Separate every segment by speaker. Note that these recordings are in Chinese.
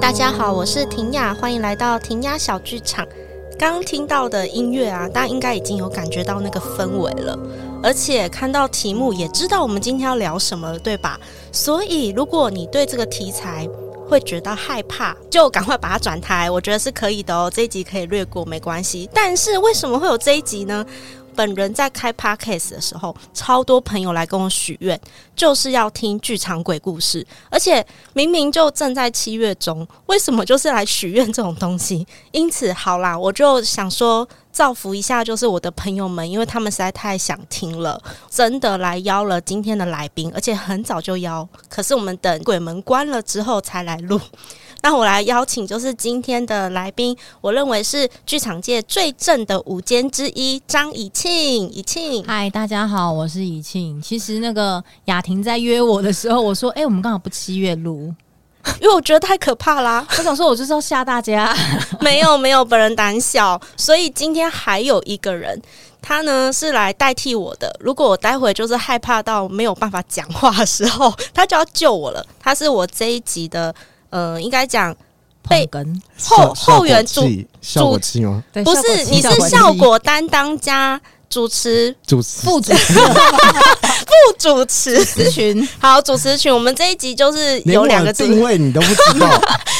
Speaker 1: 大家好，我是婷雅，欢迎来到婷雅小剧场。刚听到的音乐啊，大家应该已经有感觉到那个氛围了，而且看到题目也知道我们今天要聊什么了，对吧？所以如果你对这个题材会觉得害怕，就赶快把它转台，我觉得是可以的哦。这一集可以略过，没关系。但是为什么会有这一集呢？本人在开 podcast 的时候，超多朋友来跟我许愿，就是要听剧场鬼故事，而且明明就正在七月中，为什么就是来许愿这种东西？因此，好啦，我就想说造福一下，就是我的朋友们，因为他们实在太想听了，真的来邀了今天的来宾，而且很早就邀，可是我们等鬼门关了之后才来录。 那我来邀请，就是今天的来宾，我认为是剧场界最正的五间之一张怡庆。怡庆，
Speaker 2: 嗨，大家好，我是怡庆。其实那个雅婷在约我的时候，我说：“哎、我们刚好不七月 录。
Speaker 1: 因为我觉得太可怕啦”，
Speaker 2: 我想说，我就是要吓大家。
Speaker 1: 没有没有，本人胆小，所以今天还有一个人，他呢是来代替我的。如果我待会就是害怕到没有办法讲话的时候，他就要救我了。他是我这一集的，呃，应该讲被
Speaker 2: 被跟
Speaker 1: 后
Speaker 3: 效
Speaker 1: 后援
Speaker 3: 效果器效果器吗？
Speaker 1: 不是，你是效果担当加主持
Speaker 3: 主持
Speaker 2: 副 主持
Speaker 1: 不主持。
Speaker 2: 咨询。
Speaker 1: 好，主持群，我们这一集就是
Speaker 3: 连
Speaker 1: 有
Speaker 3: 我
Speaker 1: 两个
Speaker 3: 的
Speaker 1: 主
Speaker 3: 定位 你都不 知道，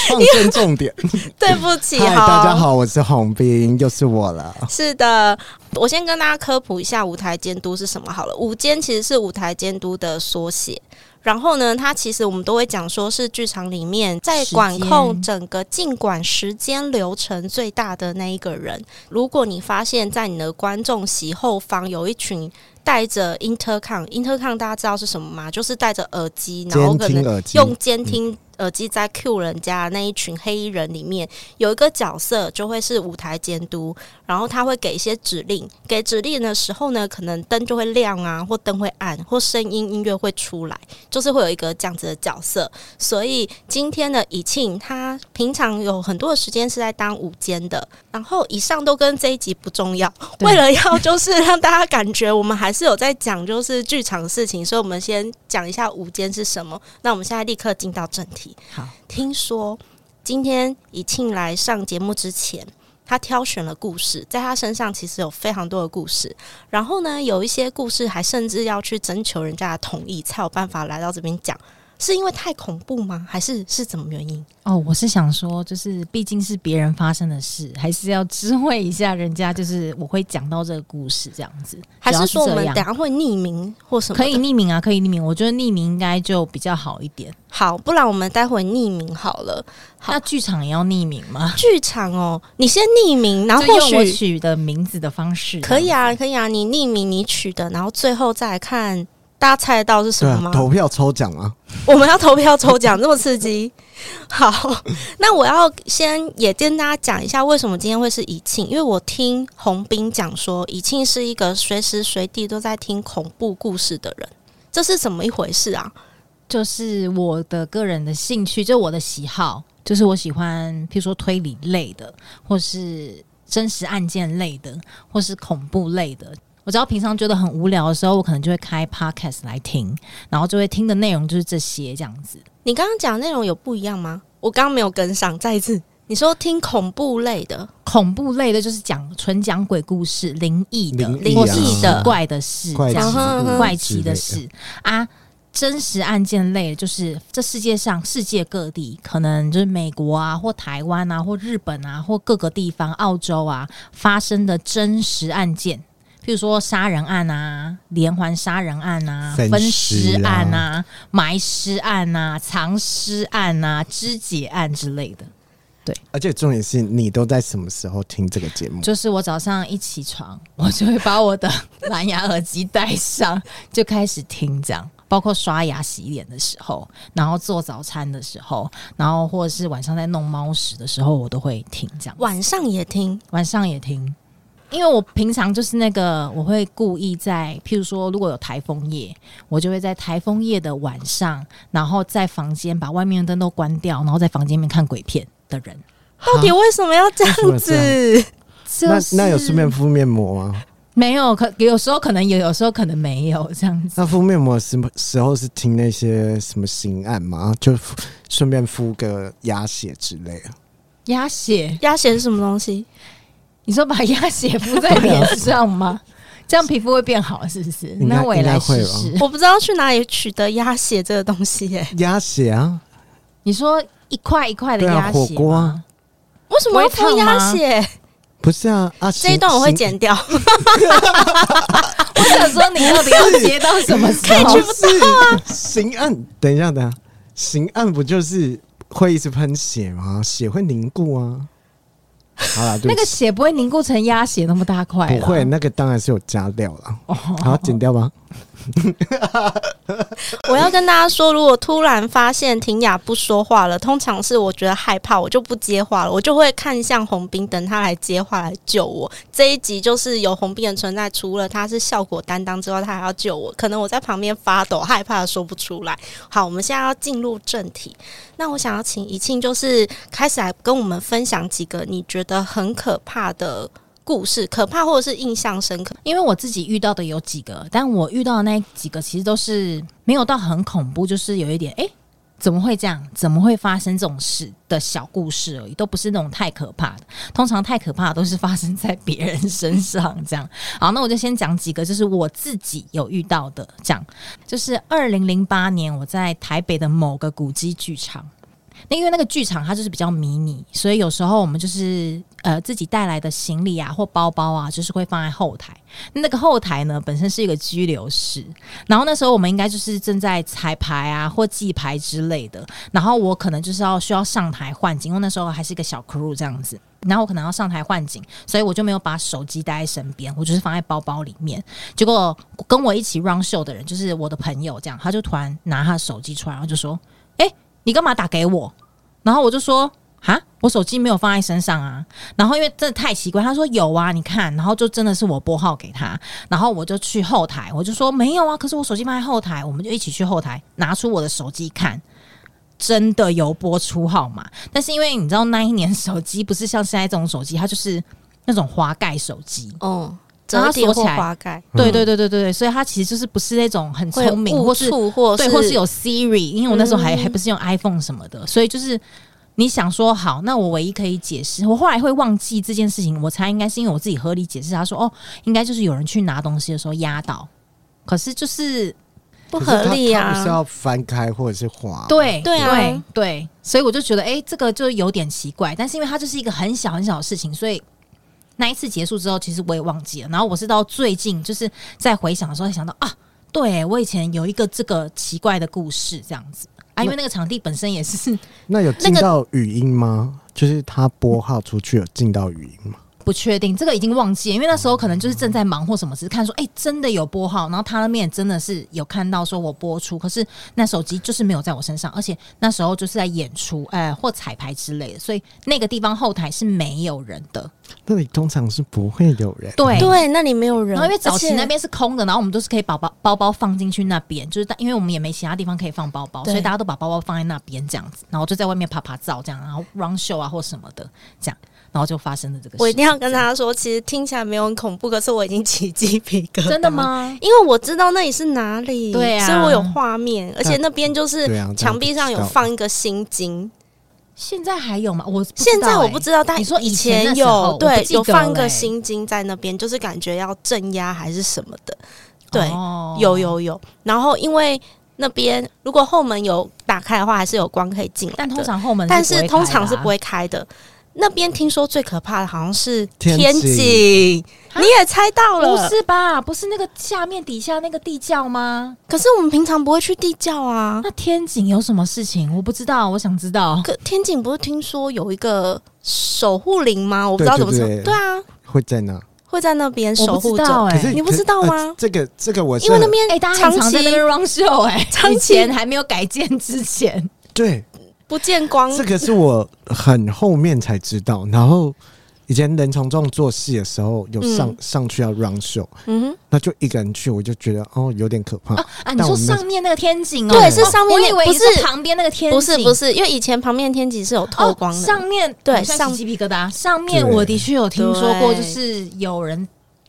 Speaker 3: 放正重点。
Speaker 1: 对不起，
Speaker 3: 嗨，大家。好，我是洪斌，又是我了。
Speaker 1: 是的，我先跟大家科普一下舞台监督是什么好了。舞监其实是舞台监督的缩写。然后呢，它其实我们都会讲说是剧场里面在
Speaker 2: 时间
Speaker 1: 管控整个尽管时间流程最大的那一个人。如果你发现，在你的观众席后方有一群戴着 intercom，intercom 大家知道是什么吗？就是戴着耳机，然后
Speaker 3: 监
Speaker 1: 可能
Speaker 3: 听耳机，
Speaker 1: 用监听耳机在 Q 人家那一群黑衣人里面，有一个角色就会是舞台监督，然后他会给一些指令，给指令的时候呢，可能灯就会亮啊，或灯会暗，或声音音乐会出来，就是会有一个这样子的角色。所以今天的以庆，他平常有很多的时间是在当舞监的，然后以上都跟这一集不重要，
Speaker 2: 对
Speaker 1: 为了要就是让大家感觉我们还是有在讲就是剧场的事情，所以我们先讲一下午间是什么。那我们现在立刻进到正题。
Speaker 2: 好，
Speaker 1: 听说今天以庆来上节目之前，他挑选了故事，在他身上其实有非常多的故事。然后呢，有一些故事还甚至要去征求人家的同意，才有办法来到这边讲。是因为太恐怖吗？还是是怎么原因？
Speaker 2: 哦，我是想说，就是毕竟是别人发生的事，还是要知会一下人家。就是我会讲到这个故事这样子，
Speaker 1: 还
Speaker 2: 主要
Speaker 1: 是
Speaker 2: 是
Speaker 1: 说我们
Speaker 2: 这
Speaker 1: 等
Speaker 2: 样
Speaker 1: 下会匿名或什么的？
Speaker 2: 可以匿名啊，可以匿名。我觉得匿名应该就比较好一点。
Speaker 1: 好，不然我们待会匿名好了。好
Speaker 2: 那剧场也要匿名吗？
Speaker 1: 剧场哦，你先匿名，然后
Speaker 2: 就
Speaker 1: 或
Speaker 2: 用我
Speaker 1: 许
Speaker 2: 取的名字的方式，
Speaker 1: 可以啊，可以啊，你匿名你取的，然后最后再来看大家猜得到是什
Speaker 3: 对
Speaker 1: 么
Speaker 3: 啊
Speaker 1: 吗？，
Speaker 3: 投票抽奖啊吗？
Speaker 1: 我们要投票抽奖，这么刺激。 好，那我要先也跟大家讲一下，为什么今天会是怡庆，因为我听洪斌讲说，怡庆是一个随时随地都在听恐怖故事的人，这是怎么一回事啊？
Speaker 2: 就是我的个人的兴趣，就我的喜好，就是我喜欢，譬如说推理类的，或是真实案件类的，或是恐怖类的。我只要平常觉得很无聊的时候，我可能就会开 podcast 来听，然后就会听的内容就是这些这样子。
Speaker 1: 你刚刚讲的内容有不一样吗？我刚刚没有跟上，再一次，你说听恐怖类的，
Speaker 2: 恐怖类的就是讲纯讲鬼故事、灵异的、
Speaker 3: 灵异
Speaker 2: 或
Speaker 1: 啊
Speaker 2: 是奇怪的事
Speaker 3: 怪
Speaker 2: 这样
Speaker 1: 奇
Speaker 2: 子
Speaker 1: 嗯哼
Speaker 2: 怪奇的
Speaker 3: 之类
Speaker 2: 事啊。真实案件类的就是这世界上世界各地，可能就是美国啊，或台湾啊，或日本啊，或各个地方、澳洲啊发生的真实案件，譬如说杀人案啊、连环杀人案啊、
Speaker 3: 分
Speaker 2: 分
Speaker 3: 尸啊
Speaker 2: 尸案啊、埋尸案啊、藏尸案啊、肢解案之类的。
Speaker 3: 而且重点是你都在什么时候听这个节目？
Speaker 2: 就是我早上一起床， 我就会把我的蓝牙耳机戴上，就开始听这样。包括刷牙、洗脸的时候，然后做早餐的时候，然后或者是晚上在弄猫屎的时候，我都会听这样。
Speaker 1: 晚上也听，
Speaker 2: 晚上也听，因为我平常就是那个，我会故意在，譬如说如果有台风夜，我就会在台风夜的晚上，然后在房间把外面的灯都关掉，然后在房间里面看鬼片的人。
Speaker 1: 到底为什么要这样
Speaker 3: 为什么
Speaker 1: 子？
Speaker 3: 那
Speaker 2: 就是
Speaker 3: 那有顺便敷面膜吗？
Speaker 2: 没有，可有时候可能有，有时候可能没有这样子。
Speaker 3: 那敷面膜什么时候是听那些什么刑案嘛？就敷顺便敷个鸭血之类的。
Speaker 2: 鸭血，
Speaker 1: 鸭血是什么东西？
Speaker 2: 你说把鸭血敷在脸上 吗？这样皮肤会变好，是不是？
Speaker 3: 应该
Speaker 2: 那我也来试
Speaker 3: 应
Speaker 2: 试。
Speaker 1: 我不知道去哪里取得鸭血这个东西耶、
Speaker 3: 鸭血啊，
Speaker 2: 你说一块一块的
Speaker 3: 对啊
Speaker 2: 鸭血吗、
Speaker 3: 火锅啊
Speaker 1: 为什么要敷鸭血？
Speaker 3: 不是啊啊！
Speaker 1: 这一段我会
Speaker 3: 刑
Speaker 1: 剪掉。
Speaker 2: 我想说，你到底要接到什么时 候？
Speaker 3: 不是
Speaker 1: 啊
Speaker 3: 刑案，等一下，等一下，刑案不就是会一直喷血吗？血会凝固啊。好啦，对
Speaker 2: 那
Speaker 3: 不
Speaker 2: 个
Speaker 3: 起
Speaker 2: 血不会凝固成鸭血那么大块啊啦，
Speaker 3: 不会，那个当然是有加料了。
Speaker 1: 哦
Speaker 3: 好，剪掉吧。
Speaker 1: 我要跟大家说，如果突然发现婷雅不说话了，通常是我觉得害怕，我就不接话了，我就会看向红兵，等他来接话来救我。这一集就是有红兵的存在，除了他是效果担当之外，他还要救我。可能我在旁边发抖，害怕地说不出来。好，我们现在要进入正题。那我想要请怡庆，就是开始来跟我们分享几个你觉得很可怕的故事，可怕或者是印象深刻。
Speaker 2: 因为我自己遇到的有几个，但我遇到的那几个其实都是没有到很恐怖，就是有一点诶，怎么会这样？怎么会发生这种事的小故事而已，都不是那种太可怕的。通常太可怕的都是发生在别人身上，这样。好，那我就先讲几个，就是我自己有遇到的，这样。就是二零零八年我在台北的某个古迹剧场。那因为那个剧场它就是比较迷你，所以有时候我们就是呃自己带来的行李啊或包包啊，就是会放在后台。那个后台呢本身是一个拘留室，然后那时候我们应该就是正在彩排啊或记牌之类的，然后我可能就是要需要上台换景，因为那时候还是一个小 crew 这样子。然后我可能要上台换景，所以我就没有把手机带在身边，我就是放在包包里面。结果跟我一起 run show 的人，就是我的朋友，这样他就突然拿他的手机出来，然后就说：“哎、你干嘛打给我？”然后我就说：“哈，我手机没有放在身上啊。”然后因为真的太奇怪，他说：“有啊，你看。”然后就真的是我拨号给他，然后我就去后台，我就说：“没有啊，可是我手机放在后台。”我们就一起去后台拿出我的手机看。真的有拨出号码，但是因为你知道那一年手机不是像现在这种手机，它就是那种滑盖手机，
Speaker 1: 嗯，
Speaker 2: 然
Speaker 1: 折
Speaker 2: 后它
Speaker 1: 叠
Speaker 2: 锁
Speaker 1: 或
Speaker 2: 起来
Speaker 1: 滑盖。
Speaker 2: 对对对对对对，所以它其实就是不是那种很
Speaker 1: 会有
Speaker 2: 聪明
Speaker 1: 误
Speaker 2: 或是
Speaker 1: 触或
Speaker 2: 对，或是有 Siri，因为我那时候还、
Speaker 1: 嗯
Speaker 2: 还不是用 iPhone 什么的，所以就是你想说好，那我唯一可以解释，我后来会忘记这件事情，我猜应该是因为我自己合理解释，他说哦，应该就是有人去拿东西的时候压到，可是就是
Speaker 1: 不合理
Speaker 3: 可是它它不是
Speaker 1: 啊。
Speaker 3: 要翻开或者是滑？，
Speaker 2: 对
Speaker 1: 对啊
Speaker 2: 对对，所以我就觉得哎、诶这个就有点奇怪，但是因为它就是一个很小很小的事情，所以。那一次结束之后，其实我也忘记了。然后我是到最近，就是在回想的时候，才想到啊，对我以前有一个这个奇怪的故事，这样子啊，因为那个场地本身也是
Speaker 3: 那有进
Speaker 1: 那个
Speaker 3: 到语音吗？就是他拨号出去有进到语音吗？
Speaker 2: 不确定，这个已经忘记了，因为那时候可能就是正在忙或什么，只是看说，哎、真的有拨号，然后他那边也真的是有看到说我播出，可是那手机就是没有在我身上，而且那时候就是在演出，呃，或彩排之类的，所以那个地方后台是没有人的，
Speaker 3: 那里通常是不会有人。
Speaker 2: 对。
Speaker 1: 对，那里没有人，
Speaker 2: 然后因为早期
Speaker 1: 而且
Speaker 2: 那边是空的，然后我们都是可以把包包包放进去那边，就是大因为我们也没其他地方可以放包包，
Speaker 1: 对
Speaker 2: 所以大家都把包包放在那边这样子，然后就在外面拍拍照这样，然后 run show 啊或什么的这样，然后就发生了这个事。
Speaker 1: 我一定要跟大家说，其实听起来没有很恐怖，可是我已经起鸡皮疙瘩。
Speaker 2: 真的？吗？
Speaker 1: 因为我知道那里是哪里，
Speaker 2: 对啊
Speaker 1: 所以我有画面，而且那边就是
Speaker 3: 对啊
Speaker 1: 墙壁上有放一个心经。
Speaker 2: 现在还有吗？我不知道
Speaker 1: 现在我
Speaker 2: 欸
Speaker 1: 不知道，但
Speaker 2: 你说
Speaker 1: 以
Speaker 2: 以前的时候
Speaker 1: 有
Speaker 2: 我不
Speaker 1: 对
Speaker 2: 记得
Speaker 1: 有
Speaker 2: 欸
Speaker 1: 放一个
Speaker 2: 嘞
Speaker 1: 心经在那边，就是感觉要镇压还是什么的，对，
Speaker 2: 哦
Speaker 1: 有有有。然后因为那边如果后门有打开的话，还是有光可以进来的，
Speaker 2: 但通常后门
Speaker 1: 但
Speaker 2: 是不
Speaker 1: 是
Speaker 2: 会
Speaker 1: 通
Speaker 2: 开
Speaker 1: 常是
Speaker 2: 的啊
Speaker 1: 不会开的。那边听说最可怕的好像是
Speaker 3: 天
Speaker 1: 井，
Speaker 3: 井
Speaker 1: 你也猜到
Speaker 2: 不
Speaker 1: 了。
Speaker 2: 是吧？不是那个下面底下那个地窖吗？
Speaker 1: 可是我们平常不会去地窖啊。
Speaker 2: 那天井有什么事情？我不知道，我想知道。
Speaker 1: 可天井不是听说有一个守护灵吗？我不知道怎
Speaker 3: 对
Speaker 1: 么
Speaker 3: 对
Speaker 1: 说。
Speaker 3: 对
Speaker 1: 对啊，
Speaker 3: 会在那。
Speaker 1: 会在那边
Speaker 2: 我
Speaker 1: 守
Speaker 2: 不
Speaker 1: 护
Speaker 2: 知道
Speaker 1: 着。
Speaker 2: 哎、
Speaker 3: 可是
Speaker 1: 你不知道吗
Speaker 3: 呃这个这个我是
Speaker 1: 因为那
Speaker 3: 很
Speaker 1: 边
Speaker 2: 哎、大家很常
Speaker 1: 长
Speaker 2: 在那
Speaker 1: 期
Speaker 2: 边 run show 哎、
Speaker 1: 长
Speaker 2: 以
Speaker 1: 期
Speaker 2: 前还没有改建之前，
Speaker 3: 对
Speaker 1: 不见光，
Speaker 3: 这个是我很后面才知道，然后以前人从众做戏的时候，有上、
Speaker 1: 嗯
Speaker 3: 上去要 run show，
Speaker 1: 嗯哼，
Speaker 3: 那就一个人去，我就觉得哦有点可怕。
Speaker 2: 啊啊！你
Speaker 3: 但
Speaker 2: 说
Speaker 3: 我们那
Speaker 2: 上面那个天井哦、
Speaker 1: 对
Speaker 2: 哦
Speaker 1: 是上面
Speaker 2: 我以
Speaker 1: 那
Speaker 2: 为
Speaker 1: 不
Speaker 2: 你
Speaker 1: 是
Speaker 2: 旁边那个天井，
Speaker 1: 不是不
Speaker 2: 是
Speaker 1: 是，因为以前旁边的天井是有透光的。
Speaker 2: 哦上面
Speaker 1: 对
Speaker 2: 我现在起
Speaker 1: 上
Speaker 2: 鸡皮疙瘩。上面
Speaker 3: 对
Speaker 2: 我的确有听说过，
Speaker 1: 对
Speaker 2: 就是有人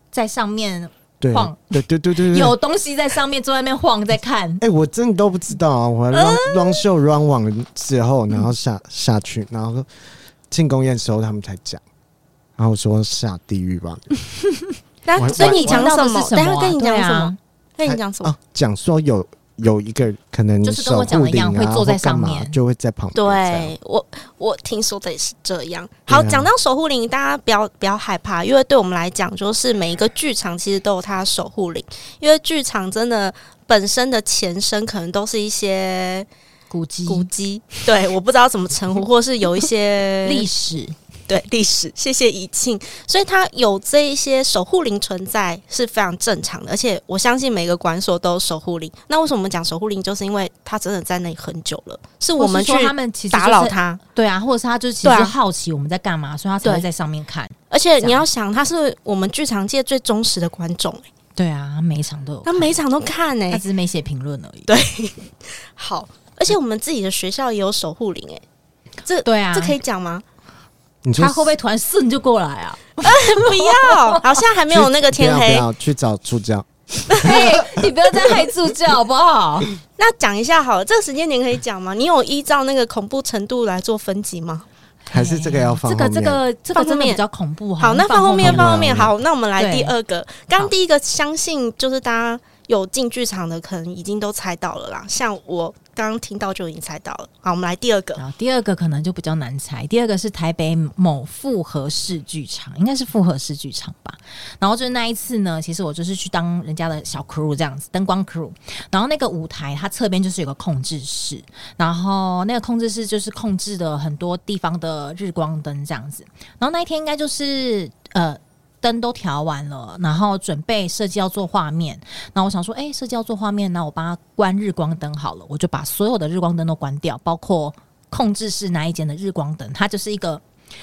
Speaker 2: 在上面
Speaker 3: 对
Speaker 2: 晃
Speaker 3: 对对对对对，
Speaker 2: 有东西在上面，坐在那边晃，在看。
Speaker 3: 哎、我真的都不知道啊！
Speaker 2: 嗯
Speaker 3: 我 run run show run 完之后，然后下下去，然后庆功宴的时候他们才讲，然后我说下地狱吧，
Speaker 2: 嗯
Speaker 1: 那
Speaker 3: 我
Speaker 1: 所以你讲
Speaker 2: 到
Speaker 1: 什
Speaker 2: 的
Speaker 1: 么
Speaker 2: 是？什
Speaker 1: 等一
Speaker 2: 么
Speaker 1: 下
Speaker 2: 啊？
Speaker 1: 跟你讲什么跟
Speaker 2: 对啊？？
Speaker 1: 你讲什么？
Speaker 3: 啊，讲说有有一个可能
Speaker 2: 就是跟我讲的一样
Speaker 3: 守护灵啊
Speaker 2: 会坐在上面
Speaker 3: 或干嘛就会在旁边这样。
Speaker 1: 对我，我听说的也是这样。
Speaker 3: 对啊
Speaker 1: 好，讲到守护灵，大家不要不要害怕，因为对我们来讲，就是每一个剧场其实都有它的守护灵，因为剧场真的本身的前身可能都是一 些
Speaker 2: 古迹、
Speaker 1: 古迹，对，我不知道怎么称呼，或是有一些
Speaker 2: 历史，
Speaker 1: 对历史，谢谢怡庆。所以它有这一些守护灵存在是非常正常的，而且我相信每个馆所都有守护灵。那为什么我们讲守护灵，就是因为它真的在那里很久了，是我们去
Speaker 2: 或是说他们其实就是
Speaker 1: 打扰，它。
Speaker 2: 对啊，或者是他就是其
Speaker 1: 对
Speaker 2: 实
Speaker 1: 啊
Speaker 2: 好奇我们在干嘛，所以他才会
Speaker 1: 对
Speaker 2: 在上面看。
Speaker 1: 而且
Speaker 2: 这
Speaker 1: 你
Speaker 2: 样
Speaker 1: 要想，他是我们剧场界最忠实的观众、欸，
Speaker 2: 对啊，他每一场都有
Speaker 1: 他
Speaker 2: 看，
Speaker 1: 每一场都看哎、
Speaker 2: 他只是没写评论而已。
Speaker 1: 好，而且我们自己的学校也有守护灵哎，这、
Speaker 2: 对啊，
Speaker 1: 这可以讲 吗？
Speaker 3: 你说
Speaker 2: 他会不会突然瞬就过 来啊？
Speaker 1: 不要，好，现在还没有那个天
Speaker 3: 不要
Speaker 1: 黑
Speaker 3: 不。要去找助教。
Speaker 2: 嘿，你不要再害助教好不好？
Speaker 1: 那讲一下好了，这个时间点可以讲吗？你有依照那个恐怖程度来做分级吗？
Speaker 3: 还是这个要放
Speaker 2: 这个
Speaker 3: 后
Speaker 2: 哎这个这
Speaker 3: 面
Speaker 1: 放
Speaker 2: 个
Speaker 1: 后
Speaker 2: 真的
Speaker 1: 面
Speaker 2: 比较恐怖。
Speaker 1: 好，那放后面，
Speaker 3: 吧
Speaker 1: 放后面。好，那我们来
Speaker 2: 对
Speaker 1: 第二个。刚
Speaker 2: 好
Speaker 1: 第一个，相信就是大家有进剧场的，可能已经都猜到了啦。像我刚刚听到就已经猜到了。好，我们来第二个。
Speaker 2: 然后第二个可能就比较难猜，第二个是台北某复合式剧场，应该是复合式剧场吧。然后就是那一次呢，其实我就是去当人家的小 crew 这样子，灯光 crew。然后那个舞台它侧边就是有个控制室，然后那个控制室就是控制的很多地方的日光灯这样子。然后那一天应该就是呃。灯都调完了，然后准备设计要做画面，然后我想说，哎、设计要做画面，那我帮他关日光灯好了，我就把所有的日光灯都关掉，包括控制室那一间的日光灯，它就是一个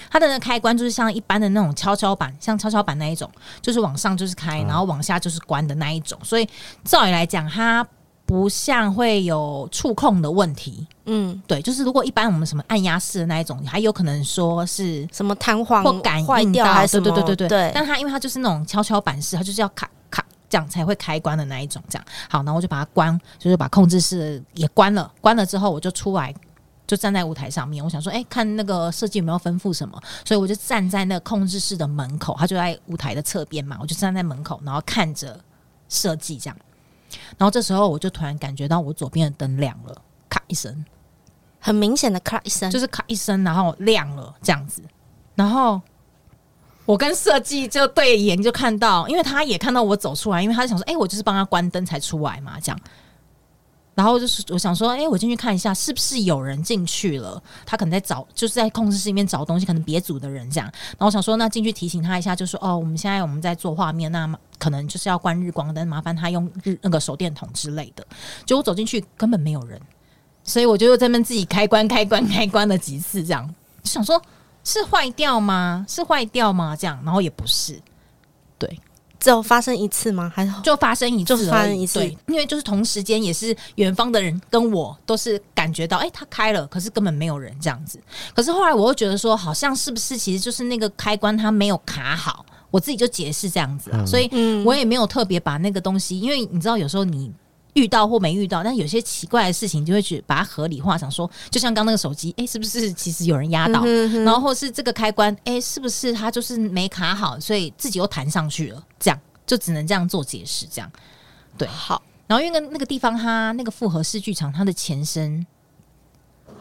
Speaker 2: 它的那个开关就是像一般的那种跷跷板，像跷跷板那一种，就是往上就是开，然后往下就是关的那一种。所以照理来讲，它不像会有触控的问题。
Speaker 1: 嗯，
Speaker 2: 对，就是如果一般我们什么按压式的那一种，还有可能说是
Speaker 1: 什么瘫痪
Speaker 2: 或感
Speaker 1: 坏
Speaker 2: 应
Speaker 1: 掉
Speaker 2: 到，
Speaker 1: 还是什
Speaker 2: 对
Speaker 1: 么？
Speaker 2: 对对对对。
Speaker 1: 对
Speaker 2: 但它因为它就是那种跷跷板式，它就是要卡卡这样才会开关的那一种，这样。好，然后我就把它关，就是把控制室也关了。关了之后，我就出来。就站在舞台上面，我想说，哎、看那个设计有没有吩咐什么，所以我就站在那个控制室的门口，他就在舞台的侧边嘛，我就站在门口，然后看着设计这样。然后这时候我就突然感觉到我左边的灯亮了，咔一声，
Speaker 1: 很明显的咔一声，
Speaker 2: 就是咔一声，然后亮了这样子，然后我跟设计就对眼就看到，因为他也看到我走出来，因为他就想说，哎、我就是帮他关灯才出来嘛，这样。然后就是我想说，哎、我进去看一下，是不是有人进去了？他可能在找，就是在控制室里面找东西，可能别组的人这样。然后我想说，那进去提醒他一下，就说哦，我们现在我们在做画面，那可能就是要关日光灯，麻烦他用日那个手电筒之类的。结果走进去根本没有人，所以我就又在那边自己开关、开关、开关了几次，这样就想说是坏掉吗？是坏掉吗？这样，然后也不是，
Speaker 1: 只有发生一次吗？还是
Speaker 2: 就发生一次而已，
Speaker 1: 哦就发生一次
Speaker 2: 对，因为就是同时间也是远方的人跟我都是感觉到，哎、他开了，可是根本没有人这样子。可是后来我又觉得说，好像是不是其实就是那个开关它没有卡好，我自己就解释这样子啊，
Speaker 3: 嗯
Speaker 2: 所以
Speaker 1: 嗯
Speaker 2: 我也没有特别把那个东西，因为你知道有时候你。遇到或没遇到，但有些奇怪的事情就会去把它合理化，想说，就像刚那个手机，哎、是不是其实有人压到？
Speaker 1: 嗯哼哼
Speaker 2: 然后或是这个开关，哎、是不是它就是没卡好，所以自己又弹上去了？这样就只能这样做解释，这样。对
Speaker 1: 好，
Speaker 2: 然后因为那个那个地方它，那个复合式剧场，它的前身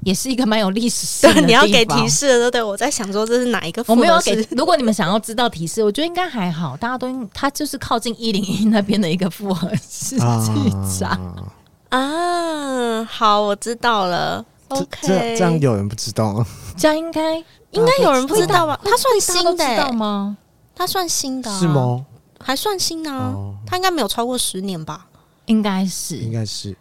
Speaker 2: 也是一个蛮有历史性 的
Speaker 1: 对，你要给
Speaker 2: 地方
Speaker 1: 提示了，对不对，我在想说这是哪一个？
Speaker 2: 我没有要给。如果你们想要知道提示，我觉得应该还好，大家都应它就是靠近一零一那边的一个复合式 剧场。
Speaker 3: 啊，
Speaker 1: 啊，好，我知道了。
Speaker 3: 这
Speaker 1: OK，
Speaker 3: 这这样有人不知道吗？
Speaker 2: 这样应该
Speaker 1: 应该有人不知道吧？它算
Speaker 2: 大家都
Speaker 1: 新的、
Speaker 2: 知道
Speaker 1: 欸，
Speaker 2: 吗？
Speaker 1: 它算新的、啊，
Speaker 3: 是？吗？
Speaker 1: 还算新
Speaker 2: 嗯
Speaker 1: 呢、啊，
Speaker 3: 哦，
Speaker 1: 它应该没有超过十年吧。
Speaker 2: 应该
Speaker 3: 应
Speaker 2: 是
Speaker 3: 该是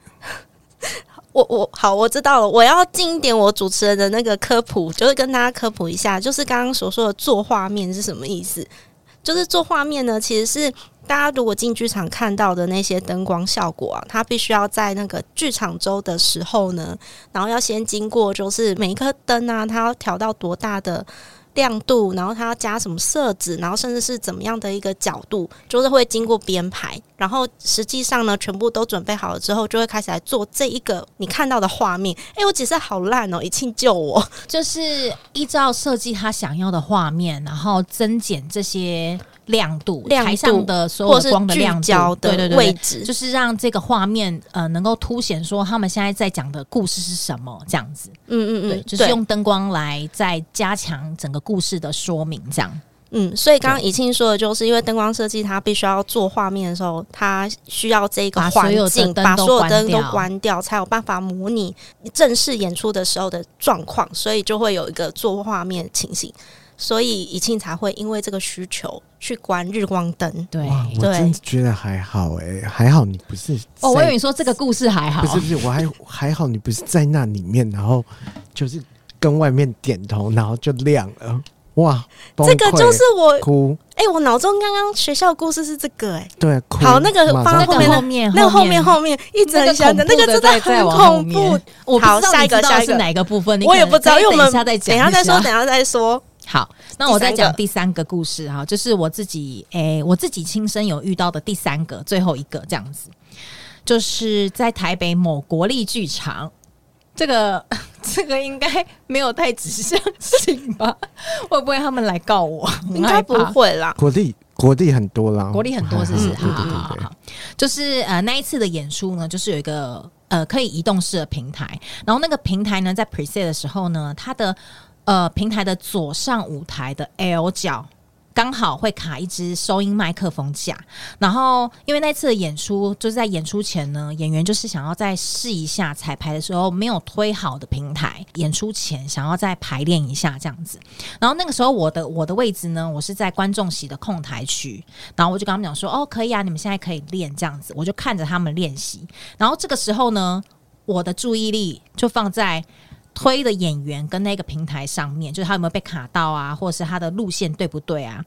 Speaker 1: 我我好，我知道了。我要尽一点我主持人的那个科普，就是跟大家科普一下，就是刚刚所说的做画面是什么意思。就是做画面呢，其实是大家如果进剧场看到的那些灯光效果啊，它必须要在那个剧场周的时候呢，然后要先经过，就是每一颗灯啊，它要调到多大的亮度，然后它要加什么色子，然后甚至是怎么样的一个角度，就是会经过编排。然后实际上呢，全部都准备好了之后，就会开始来做这一个你看到的画面。哎、我解释好烂哦，一庆救我。
Speaker 2: 就是依照设计他想要的画面，然后增减这些亮度，
Speaker 1: 亮度
Speaker 2: 台上的所
Speaker 1: 或
Speaker 2: 有
Speaker 1: 是
Speaker 2: 的光的
Speaker 1: 聚
Speaker 2: 亮
Speaker 1: 焦
Speaker 2: 度，
Speaker 1: 的
Speaker 2: 对对对
Speaker 1: 位
Speaker 2: 对，
Speaker 1: 置，
Speaker 2: 就是让这个画面呃能够凸显说他们现在在讲的故事是什么这样子。
Speaker 1: 嗯嗯
Speaker 2: 对，
Speaker 1: 嗯，
Speaker 2: 就是
Speaker 1: 对
Speaker 2: 用灯光来再加强整个故事的说明，这样。
Speaker 1: 嗯，所以刚刚怡庆说的就是，因为灯光设计它必须要做画面的时候，它需要这个
Speaker 2: 把所
Speaker 1: 环
Speaker 2: 有的
Speaker 1: 境，
Speaker 2: 灯
Speaker 1: 把
Speaker 2: 都
Speaker 1: 所有
Speaker 2: 关
Speaker 1: 灯都
Speaker 2: 掉
Speaker 1: 关掉，才有办法模拟正式演出的时候的状况，所以就会有一个做画面的情形，所以怡庆才会因为这个需求去关日光灯。
Speaker 2: 哎对，
Speaker 3: 哇，我
Speaker 1: 对
Speaker 3: 真的觉得还好哎、还好你不是
Speaker 2: 哦，我以
Speaker 3: 在
Speaker 2: 为你说这个故事还好
Speaker 3: 不，是不是，我还还好你不是在那里面，然后就是跟外面点头，然后就亮了，哇，崩
Speaker 1: 这个
Speaker 3: 溃
Speaker 1: 就是我，
Speaker 3: 哭，
Speaker 1: 哎、我脑中刚刚学校的故事是这个、哎，
Speaker 3: 对，哭
Speaker 1: 好那个
Speaker 3: 马
Speaker 1: 放
Speaker 2: 那
Speaker 3: 上
Speaker 1: 在
Speaker 2: 个
Speaker 1: 后面那
Speaker 2: 哎后面，
Speaker 1: 那个后面后面一直
Speaker 2: 那
Speaker 1: 很
Speaker 2: 个
Speaker 1: 想的
Speaker 2: 恐
Speaker 1: 那
Speaker 2: 怖
Speaker 1: 个真的
Speaker 2: 的再再
Speaker 1: 很
Speaker 2: 往后
Speaker 1: 恐
Speaker 2: 面
Speaker 1: 怖，
Speaker 2: 我不知
Speaker 1: 好
Speaker 2: 道
Speaker 1: 下
Speaker 2: 你
Speaker 1: 一个
Speaker 2: 知道
Speaker 1: 下一
Speaker 2: 是
Speaker 1: 个
Speaker 2: 哪个部分，你
Speaker 1: 我
Speaker 2: 可
Speaker 1: 也
Speaker 2: 能
Speaker 1: 不知道，
Speaker 2: 可以
Speaker 1: 因为我
Speaker 2: 等
Speaker 1: 们
Speaker 2: 一下再
Speaker 1: 等
Speaker 2: 讲，
Speaker 1: 一下再说，
Speaker 2: 下
Speaker 1: 等一下再说。
Speaker 2: 好，那我再
Speaker 1: 第三
Speaker 2: 讲
Speaker 1: 个
Speaker 2: 第三个故事哈，就是我自己诶、我自己亲身有遇到的第三个，最后一个这样子，就是在台北某国立剧场。这个 这个应该没有太指向性吧？会不会他们来告我？
Speaker 1: 应该不
Speaker 2: 我很害怕
Speaker 1: 会啦，
Speaker 3: 国力国力很多啦，
Speaker 2: 国立很多是不是？啊
Speaker 3: 还
Speaker 2: 好
Speaker 3: 好
Speaker 2: 好
Speaker 3: 嗯对
Speaker 2: 好
Speaker 3: 对对对
Speaker 2: 好，就是呃那一次的演出呢，就是有一个呃可以移动式的平台，然后那个平台呢在 preset 的时候呢，它的呃平台的左上舞台的 L 角。刚好会卡一支收音麦克风架，然后因为那次的演出就是在演出前呢，演员就是想要再试一下彩排的时候没有推好的平台，演出前想要再排练一下这样子。然后那个时候我的我的位置呢，我是在观众席的控台区，然后我就跟他们讲说，哦，可以啊，你们现在可以练这样子，我就看着他们练习。然后这个时候呢，我的注意力就放在推的演员跟那个平台上面，就是他有没有被卡到啊，或者是他的路线对不对啊。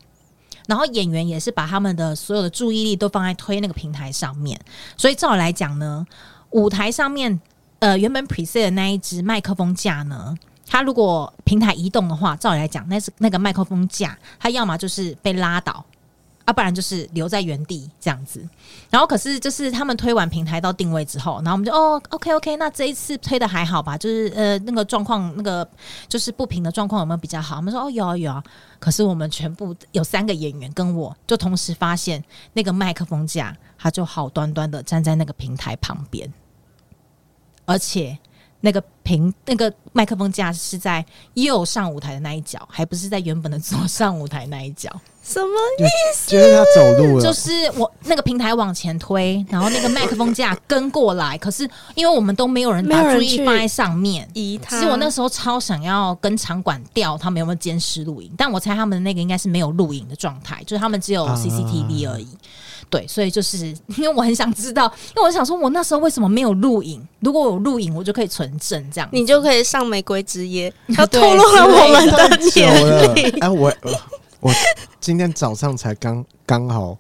Speaker 2: 然后演员也是把他们的所有的注意力都放在推那个平台上面，所以照理来讲呢，舞台上面呃原本 preset 的那一只麦克风架呢，它如果平台移动的话，照理来讲，那是那个麦克风架，它要么就是被拉倒，啊，不然就是留在原地这样子。然后可是就是他们推完平台到定位之后，然后我们就哦，OK OK，那这一次推的还好吧？就是呃那个状况，那个就是不平的状况有没有比较好？我们说哦有啊有啊。可是我们全部有三个演员跟我就同时发现那个麦克风架，它就好端端的站在那个平台旁边，而且。那个平那个麦克风架是在右上舞台的那一角，还不是在原本的左上舞台那一角。
Speaker 1: 什么？
Speaker 3: 就是他走路了，
Speaker 2: 就是我那个平台往前推，然后那个麦克风架跟过来，可是因为我们都没有人
Speaker 1: 没有
Speaker 2: 把
Speaker 1: 人
Speaker 2: 注意
Speaker 1: 去
Speaker 2: 放在上面。
Speaker 1: 移他。
Speaker 2: 其实我那时候超想要跟场馆调他们有没有监视录影，但我猜他们那个应该是没有录影的状态，就是他们只有
Speaker 3: 啊
Speaker 2: CCTV 而已。对，所以就是因为我很想知道，因为我想说，我那时候为什么没有录影？如果我有录影，我就可以存证这样。
Speaker 1: 你就可以上玫瑰之 夜，要透
Speaker 2: 对
Speaker 1: 露了我们的
Speaker 3: 久了
Speaker 1: 年龄。，
Speaker 3: 哎，我我我今天早上才刚刚好，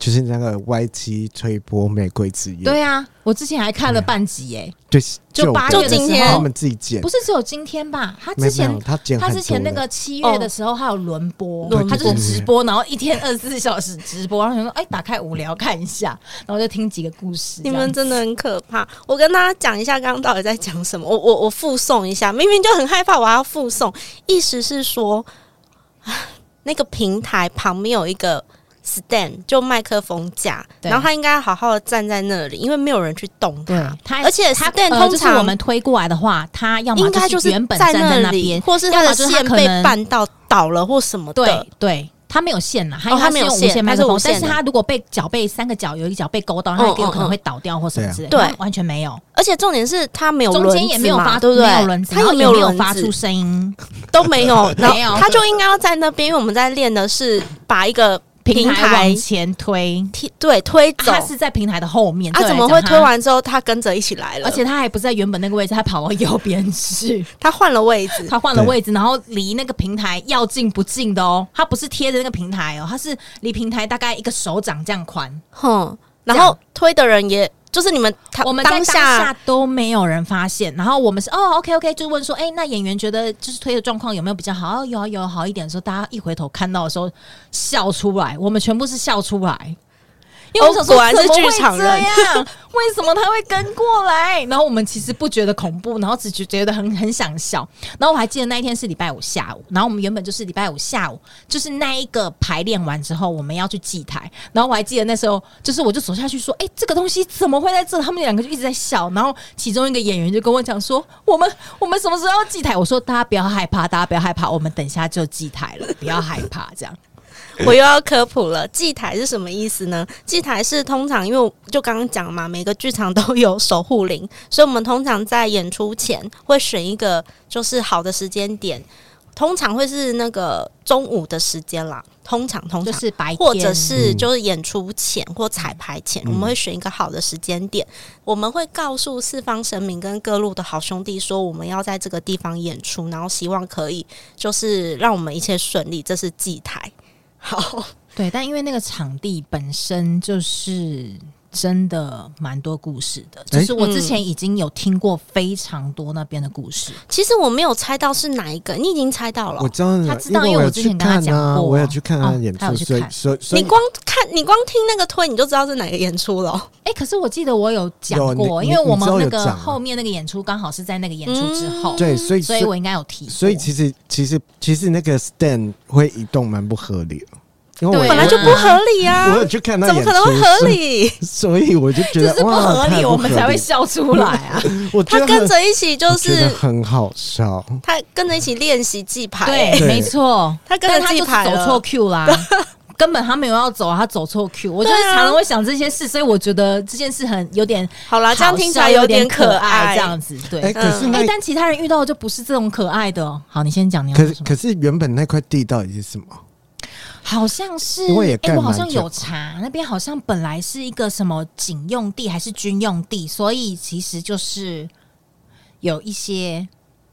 Speaker 3: 就是那个 YT 推播《玫瑰之夜》，
Speaker 2: 对啊，我之前还看了半集耶、
Speaker 3: 对，
Speaker 2: 就
Speaker 3: 有
Speaker 2: 八
Speaker 3: 的
Speaker 1: 月的
Speaker 3: 时候
Speaker 1: 时候
Speaker 3: 他们自己剪
Speaker 2: 不，是只有今天吧？他
Speaker 3: 没
Speaker 2: 之
Speaker 3: 有没
Speaker 2: 前
Speaker 3: 有他剪
Speaker 2: 他
Speaker 3: 很
Speaker 2: 之前
Speaker 3: 多
Speaker 2: 那
Speaker 3: 的
Speaker 2: 个七月
Speaker 1: 哦
Speaker 2: 的时候，他有轮播，
Speaker 3: 对
Speaker 2: 他就是
Speaker 3: 对对对
Speaker 2: 直播，然后一天二十四 小时直播，然后想说，哎，打开无聊看一下，然后就听几个故事。
Speaker 1: 你
Speaker 2: 这
Speaker 1: 们
Speaker 2: 样
Speaker 1: 真的很可怕！我跟大家讲一下刚刚到底在讲什么。我我我附送一下，明明就很害怕，我还要附送。意思是说，啊那个平台旁边有一个 stand，就麦克风架，
Speaker 2: 对
Speaker 1: 然后他应该好好的站在那里，因为没有人去动
Speaker 2: 对
Speaker 1: 它。
Speaker 2: 他，
Speaker 1: 而且
Speaker 2: 他
Speaker 1: Stan
Speaker 2: 呃
Speaker 1: 通
Speaker 2: 就是
Speaker 1: 常
Speaker 2: 我们推过来的话，他要么
Speaker 1: 应该
Speaker 2: 就是原本
Speaker 1: 在
Speaker 2: 站在那
Speaker 1: 里，
Speaker 2: 边，
Speaker 1: 或是他的
Speaker 2: 要么就是他
Speaker 1: 线
Speaker 2: 可
Speaker 1: 被
Speaker 2: 能
Speaker 1: 绊到倒了或什么的。
Speaker 2: 对对。他没有线呐，
Speaker 1: 哦
Speaker 2: 他因为
Speaker 1: 他
Speaker 2: 他
Speaker 1: 没
Speaker 2: 是
Speaker 1: 有
Speaker 2: 用无
Speaker 1: 线
Speaker 2: 线麦克
Speaker 1: 他是无
Speaker 2: 风，
Speaker 1: 线
Speaker 2: 但
Speaker 1: 的
Speaker 2: 是他如果被脚被三个脚有一个脚被勾到，然后
Speaker 1: 嗯
Speaker 2: 他有可
Speaker 1: 嗯
Speaker 2: 能
Speaker 1: 嗯
Speaker 2: 会倒掉或什
Speaker 3: 啊
Speaker 2: 么之类的，
Speaker 1: 对
Speaker 2: 他完全没有，
Speaker 1: 而且重点是他没有
Speaker 2: 中
Speaker 1: 轮
Speaker 2: 间
Speaker 1: 子
Speaker 2: 也没有
Speaker 1: 嘛
Speaker 2: 发，
Speaker 1: 对不对？
Speaker 2: 没有轮子，
Speaker 1: 他
Speaker 2: 然后
Speaker 1: 也没
Speaker 2: 有
Speaker 1: 轮
Speaker 2: 发
Speaker 1: 子
Speaker 2: 出声音，
Speaker 1: 都没 有，然
Speaker 2: 没有
Speaker 1: 后他就应该要在那边，因为我们在练的是把一个
Speaker 2: 平台
Speaker 1: 台
Speaker 2: 往前推，啊
Speaker 1: 踢对推走，
Speaker 2: 他是在平台的后面，
Speaker 1: 他
Speaker 2: 对
Speaker 1: 怎么会推？
Speaker 2: 来讲
Speaker 1: 完之后他跟着一起来
Speaker 2: 他
Speaker 1: 了？
Speaker 2: 而且他还不是在原本那个位置，他跑到右边去，
Speaker 1: 他换了位置，
Speaker 2: 他换了位置，然后离那个平台要近不近的哦，他不是贴着那个平台哦，他是离平台大概一个手掌这样宽，
Speaker 1: 哼，然
Speaker 2: 这
Speaker 1: 后推的人也就是你们他
Speaker 2: 我们在当下都没有人发现，然后我们是哦，OK OK，就问说，哎、那演员觉得就是推的状况有没有比较好？哦，有啊有啊好一点的时候，大家一回头看到的时候笑出来，我们全部是笑出来，因为我想说、
Speaker 1: 哦果然是
Speaker 2: 怎么会
Speaker 1: 剧场
Speaker 2: 这
Speaker 1: 人
Speaker 2: 样，为什么他会跟过来？然后我们其实不觉得恐怖，然后只觉觉得很很想笑。然后我还记得那一天是礼拜五下午，然后我们原本就是礼拜五下午，就是那一个排练完之后，我们要去祭台。然后我还记得那时候，就是我就走下去说：“哎、这个东西怎么会在这？”他们两个就一直在笑。然后其中一个演员就跟我讲说：“我们 我们什么时候要祭台？”我说：“大家不要害怕，大家不要害怕，我们等一下就祭台了，不要害怕。”这样，
Speaker 1: 我又要科普了，祭台是什么意思呢？祭台是通常，因为我就刚刚讲嘛，每个剧场都有守护灵，所以我们通常在演出前会选一个就是好的时间点，通常会是那个中午的时间啦，通常通
Speaker 2: 就
Speaker 1: 常。
Speaker 2: 是白天
Speaker 1: 或者是
Speaker 3: 嗯
Speaker 1: 就是演出前或彩排前，我们会选一个好的时间点，我们会告诉四方神明跟各路的好兄弟说，我们要在这个地方演出，然后希望可以就是让我们一切顺利，这是祭台。 好，
Speaker 2: 对，但因为那个场地本身就是真的蛮多故事的，就
Speaker 3: 诶
Speaker 2: 是我之
Speaker 1: 嗯
Speaker 2: 前已经有听过非常多那边的故事。
Speaker 1: 其实我没有猜到是哪一个，你已经猜到了
Speaker 3: 我。知道了，
Speaker 2: 他知道
Speaker 3: 因
Speaker 2: 因为
Speaker 3: 我
Speaker 2: 我
Speaker 3: 有
Speaker 2: 之
Speaker 3: 去
Speaker 2: 前跟他
Speaker 3: 看
Speaker 2: 讲
Speaker 3: 啊，
Speaker 2: 过
Speaker 3: 我有
Speaker 2: 啊
Speaker 3: 去看他
Speaker 2: 哦
Speaker 3: 演
Speaker 2: 他有去
Speaker 3: 出，所以
Speaker 2: 看
Speaker 3: 所以所以
Speaker 1: 你光看，你光听那个推，你就知道是哪个演出了。
Speaker 2: 哎、可是我记得我有讲
Speaker 3: 有
Speaker 2: 过，
Speaker 3: 你
Speaker 2: 因为我
Speaker 3: 你
Speaker 2: 们
Speaker 3: 之后
Speaker 2: 那
Speaker 3: 有
Speaker 2: 个
Speaker 3: 讲啊
Speaker 2: 后面那个演出刚好是在那个演出之
Speaker 1: 嗯
Speaker 2: 后，
Speaker 3: 对，所以
Speaker 2: 所以我应该有提过。
Speaker 3: 所以其实其实其实那个 stand 会移动蛮不合理的，因为我
Speaker 2: 对
Speaker 1: 本来就不合理
Speaker 3: 我
Speaker 1: 啊
Speaker 3: 有，去看他
Speaker 1: 怎么
Speaker 3: 演
Speaker 1: 可
Speaker 3: 出，
Speaker 1: 能会合理？
Speaker 3: 所以？所以我就觉
Speaker 2: 就
Speaker 3: 得
Speaker 2: 是不
Speaker 3: 哇
Speaker 2: 合
Speaker 3: 太
Speaker 2: 理，
Speaker 3: 不
Speaker 2: 我们才会笑出来啊！
Speaker 3: 我觉
Speaker 1: 他
Speaker 3: 得
Speaker 1: 跟
Speaker 3: 很
Speaker 1: 着一起就
Speaker 3: 我觉得
Speaker 1: 是
Speaker 3: 很好笑，
Speaker 1: 他跟着一起练习记牌、
Speaker 2: 对，
Speaker 3: 对
Speaker 2: 没错，
Speaker 1: 他跟
Speaker 2: 但
Speaker 1: 着
Speaker 2: 他
Speaker 1: 记
Speaker 2: 就是
Speaker 1: 牌
Speaker 2: 走
Speaker 1: 了
Speaker 2: 错 Q 啦。根本他没有要走啊，他走错 Q。我就
Speaker 1: 对
Speaker 2: 是
Speaker 1: 啊
Speaker 2: 常常会想这些事，所以我觉得这件事很有点
Speaker 1: 好啦，这样
Speaker 2: 好
Speaker 1: 听起
Speaker 2: 笑
Speaker 1: 来
Speaker 2: 有
Speaker 1: 点
Speaker 2: 可
Speaker 1: 爱，
Speaker 2: 这样子。对，
Speaker 3: 哎，
Speaker 2: 哎、
Speaker 3: 可是
Speaker 1: 嗯
Speaker 3: 那
Speaker 2: 但其他人遇到的就不是这种可爱的哦。好，你先讲，你要
Speaker 3: 可
Speaker 2: 说
Speaker 3: 是
Speaker 2: 什么？
Speaker 3: 可是原本那块地到底是什么？
Speaker 2: 好像是，
Speaker 3: 因为也
Speaker 2: 哎、
Speaker 3: 盖
Speaker 2: 我好
Speaker 3: 蛮
Speaker 2: 像
Speaker 3: 久
Speaker 2: 有查，那边好像本来是一个什么警用地还是军用地，所以其实就是有一些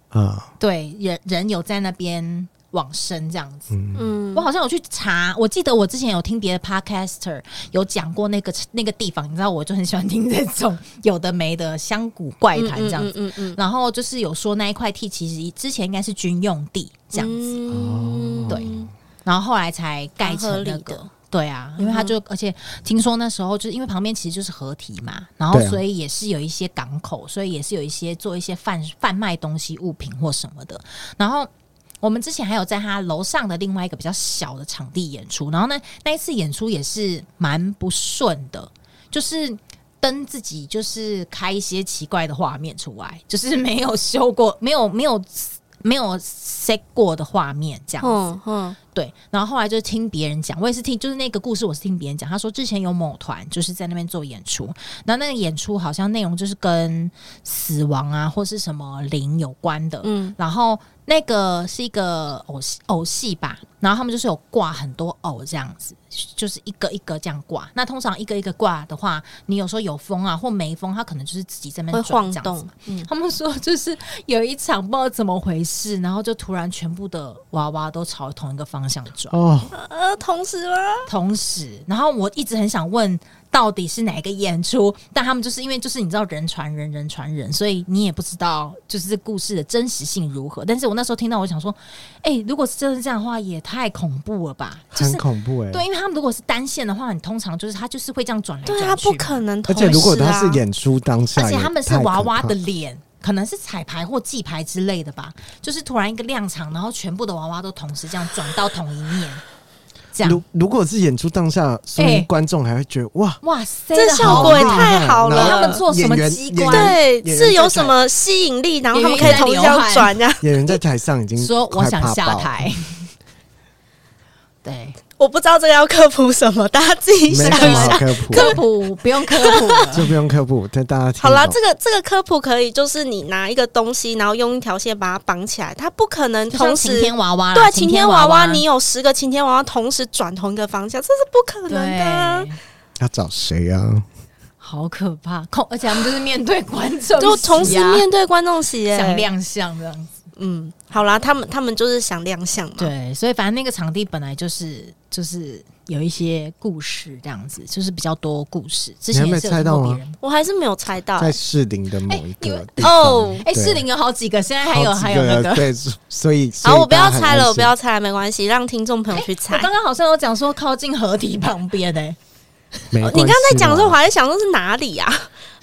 Speaker 3: 啊，
Speaker 2: 对人人有在那边往生这样子。
Speaker 1: 嗯
Speaker 2: 我，好像有去查，我记得我之前有听别的 podcaster 有讲过那个那个地方，你知道，我就很喜欢听这种有的没的香谷怪谈这样子。
Speaker 1: 嗯嗯
Speaker 2: 然后就是有说那一块地其实之前应该是军用地这样子，
Speaker 1: 子
Speaker 2: 对然后后来才盖成那
Speaker 1: 蛮嗯合理
Speaker 2: 个
Speaker 1: 的。嗯
Speaker 2: 对啊，因为他就、而且听说那时候就是因为旁边其实就是河堤嘛，然后
Speaker 3: 对啊
Speaker 2: 所以也是有一些港口，所以也是有一些做一些贩贩卖东西物品或什么的。然后我们之前还有在他楼上的另外一个比较小的场地演出，然后呢那一次演出也是蛮不顺的，就是。灯自己就是开一些奇怪的画面出来，就是没有修过、没有没有没有 set 过的画面这样子。
Speaker 1: 嗯嗯，
Speaker 2: 对，然后后来就听别人讲，我也是听，就是那个故事，我是听别人讲，他说之前有某团就是在那边做演出，然后那个演出好像内容就是跟死亡啊或是什么灵有关的，
Speaker 1: 嗯
Speaker 2: 然后那个是一个偶戏偶戏吧，然后他们就是有挂很多偶这样子，就是一个一个这样挂。那通常一个一个挂的话，你有时候有风啊或没风，它可能就是自己在那
Speaker 1: 会
Speaker 2: 边转
Speaker 1: 晃
Speaker 2: 这样子
Speaker 1: 动，嗯，
Speaker 2: 他们说就是有一场不知道怎么回事，然后就突然全部的娃娃都朝同一个方向转，
Speaker 3: 哦，
Speaker 1: 呃，同时吗？
Speaker 2: 同时，然后我一直很想问到底是哪一个演出，但他们就是因为就是你知道人传人，人传人，所以你也不知道就是这故事的真实性如何。但是我那时候听到，我想说，哎、如果是真的这样的话，也太恐怖了吧？就
Speaker 3: 很
Speaker 2: 是
Speaker 3: 恐怖哎。
Speaker 2: 对，因为他们如果是单线的话，你通常就是他就是会这样转来转
Speaker 1: 对
Speaker 2: 去嘛，
Speaker 1: 啊，不可能
Speaker 3: 而
Speaker 1: 同时
Speaker 3: 且
Speaker 1: 啊。
Speaker 3: 如果他是演出当下，
Speaker 2: 啊而且他们是娃娃的
Speaker 3: 也太可
Speaker 2: 脸，可能是彩排或记牌之类的吧，就是突然一个亮场，然后全部的娃娃都同时这样转到同一面，这
Speaker 3: 怕。
Speaker 2: 样
Speaker 3: 如如果是演出当下，说明
Speaker 2: 哎
Speaker 3: 观众还会觉得哇，
Speaker 2: 哇塞，
Speaker 1: 这效果也
Speaker 2: 好厉害
Speaker 1: 太好
Speaker 3: 然
Speaker 1: 了，
Speaker 3: 后
Speaker 2: 他们做什么机
Speaker 3: 演员
Speaker 2: 关？
Speaker 1: 对
Speaker 3: 演员
Speaker 1: 是有什么吸引力，然后他们可以同时这
Speaker 2: 演员
Speaker 1: 样
Speaker 2: 在
Speaker 1: 转呀、
Speaker 3: 演员在台上已经
Speaker 2: 说我
Speaker 3: 快
Speaker 2: 想
Speaker 3: 怕
Speaker 2: 下
Speaker 3: 爆
Speaker 2: 台，对，
Speaker 1: 我不知道这个要科普什么，大家自己
Speaker 3: 没
Speaker 1: 想
Speaker 3: 什
Speaker 1: 一
Speaker 3: 么好
Speaker 1: 下。
Speaker 3: 科普，
Speaker 2: 啊科普不用科普了，
Speaker 3: 就不用科普，但大家听
Speaker 1: 好啦，
Speaker 3: 懂
Speaker 1: 这个这个科普可以，就是你拿一个东西，然后用一条线把它绑起来，它不可能
Speaker 2: 就像
Speaker 1: 同
Speaker 2: 晴
Speaker 1: 时
Speaker 2: 天娃娃啦，
Speaker 1: 对啊
Speaker 2: 晴
Speaker 1: 晴天
Speaker 2: 娃
Speaker 1: 娃娃，你有十个晴天娃娃同时转同一个方向，这是不可能的啊、
Speaker 2: 对。
Speaker 3: 要找谁啊？
Speaker 2: 好可怕，恐而且他们就是面对观众席啊，
Speaker 1: 就同时面对观众席、耶
Speaker 2: 想亮相这样子，
Speaker 1: 嗯，好啦，他们他们就是想亮相嘛。，
Speaker 2: 对，所以反正那个场地本来就是就是有一些故事这样子，就是比较多故事。之前
Speaker 3: 你还没
Speaker 2: 也是有
Speaker 3: 猜
Speaker 2: 听
Speaker 3: 到
Speaker 2: 过
Speaker 3: 吗
Speaker 2: 别人。
Speaker 1: 我还是没有猜到、
Speaker 3: 在士林的某一
Speaker 2: 哎你
Speaker 3: 个
Speaker 2: 们
Speaker 3: 地方
Speaker 1: 哦
Speaker 2: 哎，
Speaker 3: 对
Speaker 2: 士林有好几个，现在还有
Speaker 3: 好几啊
Speaker 2: 还有那个。
Speaker 3: 对，所以所以
Speaker 1: 好，我不
Speaker 3: 大
Speaker 1: 要
Speaker 3: 家很
Speaker 1: 猜了，
Speaker 3: 安
Speaker 1: 我不
Speaker 3: 心
Speaker 1: 要猜了，没关系，让听众朋友去猜
Speaker 2: 我。刚刚好像有讲说靠近河堤旁边哎诶、
Speaker 3: 没
Speaker 1: 哦
Speaker 3: 关系
Speaker 1: 你刚才讲的时候，我
Speaker 3: 啦
Speaker 1: 还在想说是哪里啊？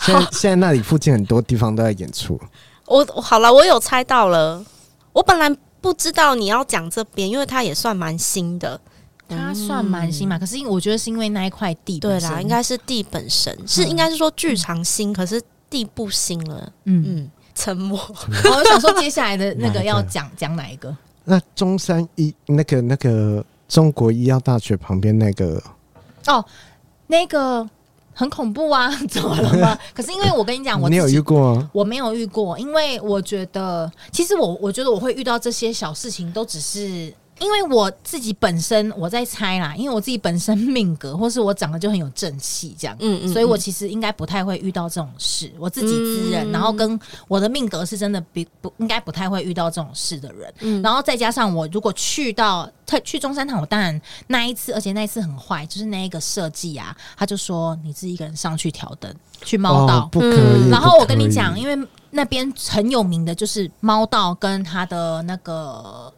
Speaker 3: 现在现在那里附近很多地方都在演出，
Speaker 1: 我我好了，我有猜到了。我本来不知道你要讲这边，因为它也算蛮新的。
Speaker 2: 它算蛮新嘛。可是因为我觉得是因为那一块地
Speaker 1: 对
Speaker 2: 本身，嗯
Speaker 1: 啦，应该是地本身是应该是说剧场新，可是地不新了。
Speaker 2: 嗯。
Speaker 1: 嗯，沉默。
Speaker 2: 我想说接下来的那
Speaker 3: 哪一
Speaker 2: 个
Speaker 3: 个
Speaker 2: 要讲讲哪一个？
Speaker 3: 那中山医那个那个中国医药大学旁边那个，
Speaker 2: 哦那个很恐怖啊， 怎么了 吗？可是因为我跟你讲，啊我
Speaker 3: 你有
Speaker 2: 自己
Speaker 3: 遇过
Speaker 1: 嗯
Speaker 3: 吗？
Speaker 2: 我没有遇过，因为我觉得，其实我我觉得我会遇到这些小事情，都只是因为我自己本身我在猜啦，因为我自己本身命格或是我长得就很有正气这样。
Speaker 1: 嗯嗯，
Speaker 2: 所以我其实应该不太会遇到这种事，我自己知人，
Speaker 1: 嗯
Speaker 2: 然后跟我的命格是真的比不应该不太会遇到这种事的人，
Speaker 1: 嗯
Speaker 2: 然后再加上我如果去到特去中山堂，我当然那一次，而且那一次很坏，就是那一个设计啊，他就说你自己一个人上去挑灯去猫道
Speaker 3: 哦，，不可以。
Speaker 1: 嗯
Speaker 2: 然后我跟你讲，
Speaker 3: 为
Speaker 2: 因为那边很有名的就是猫道跟它的那个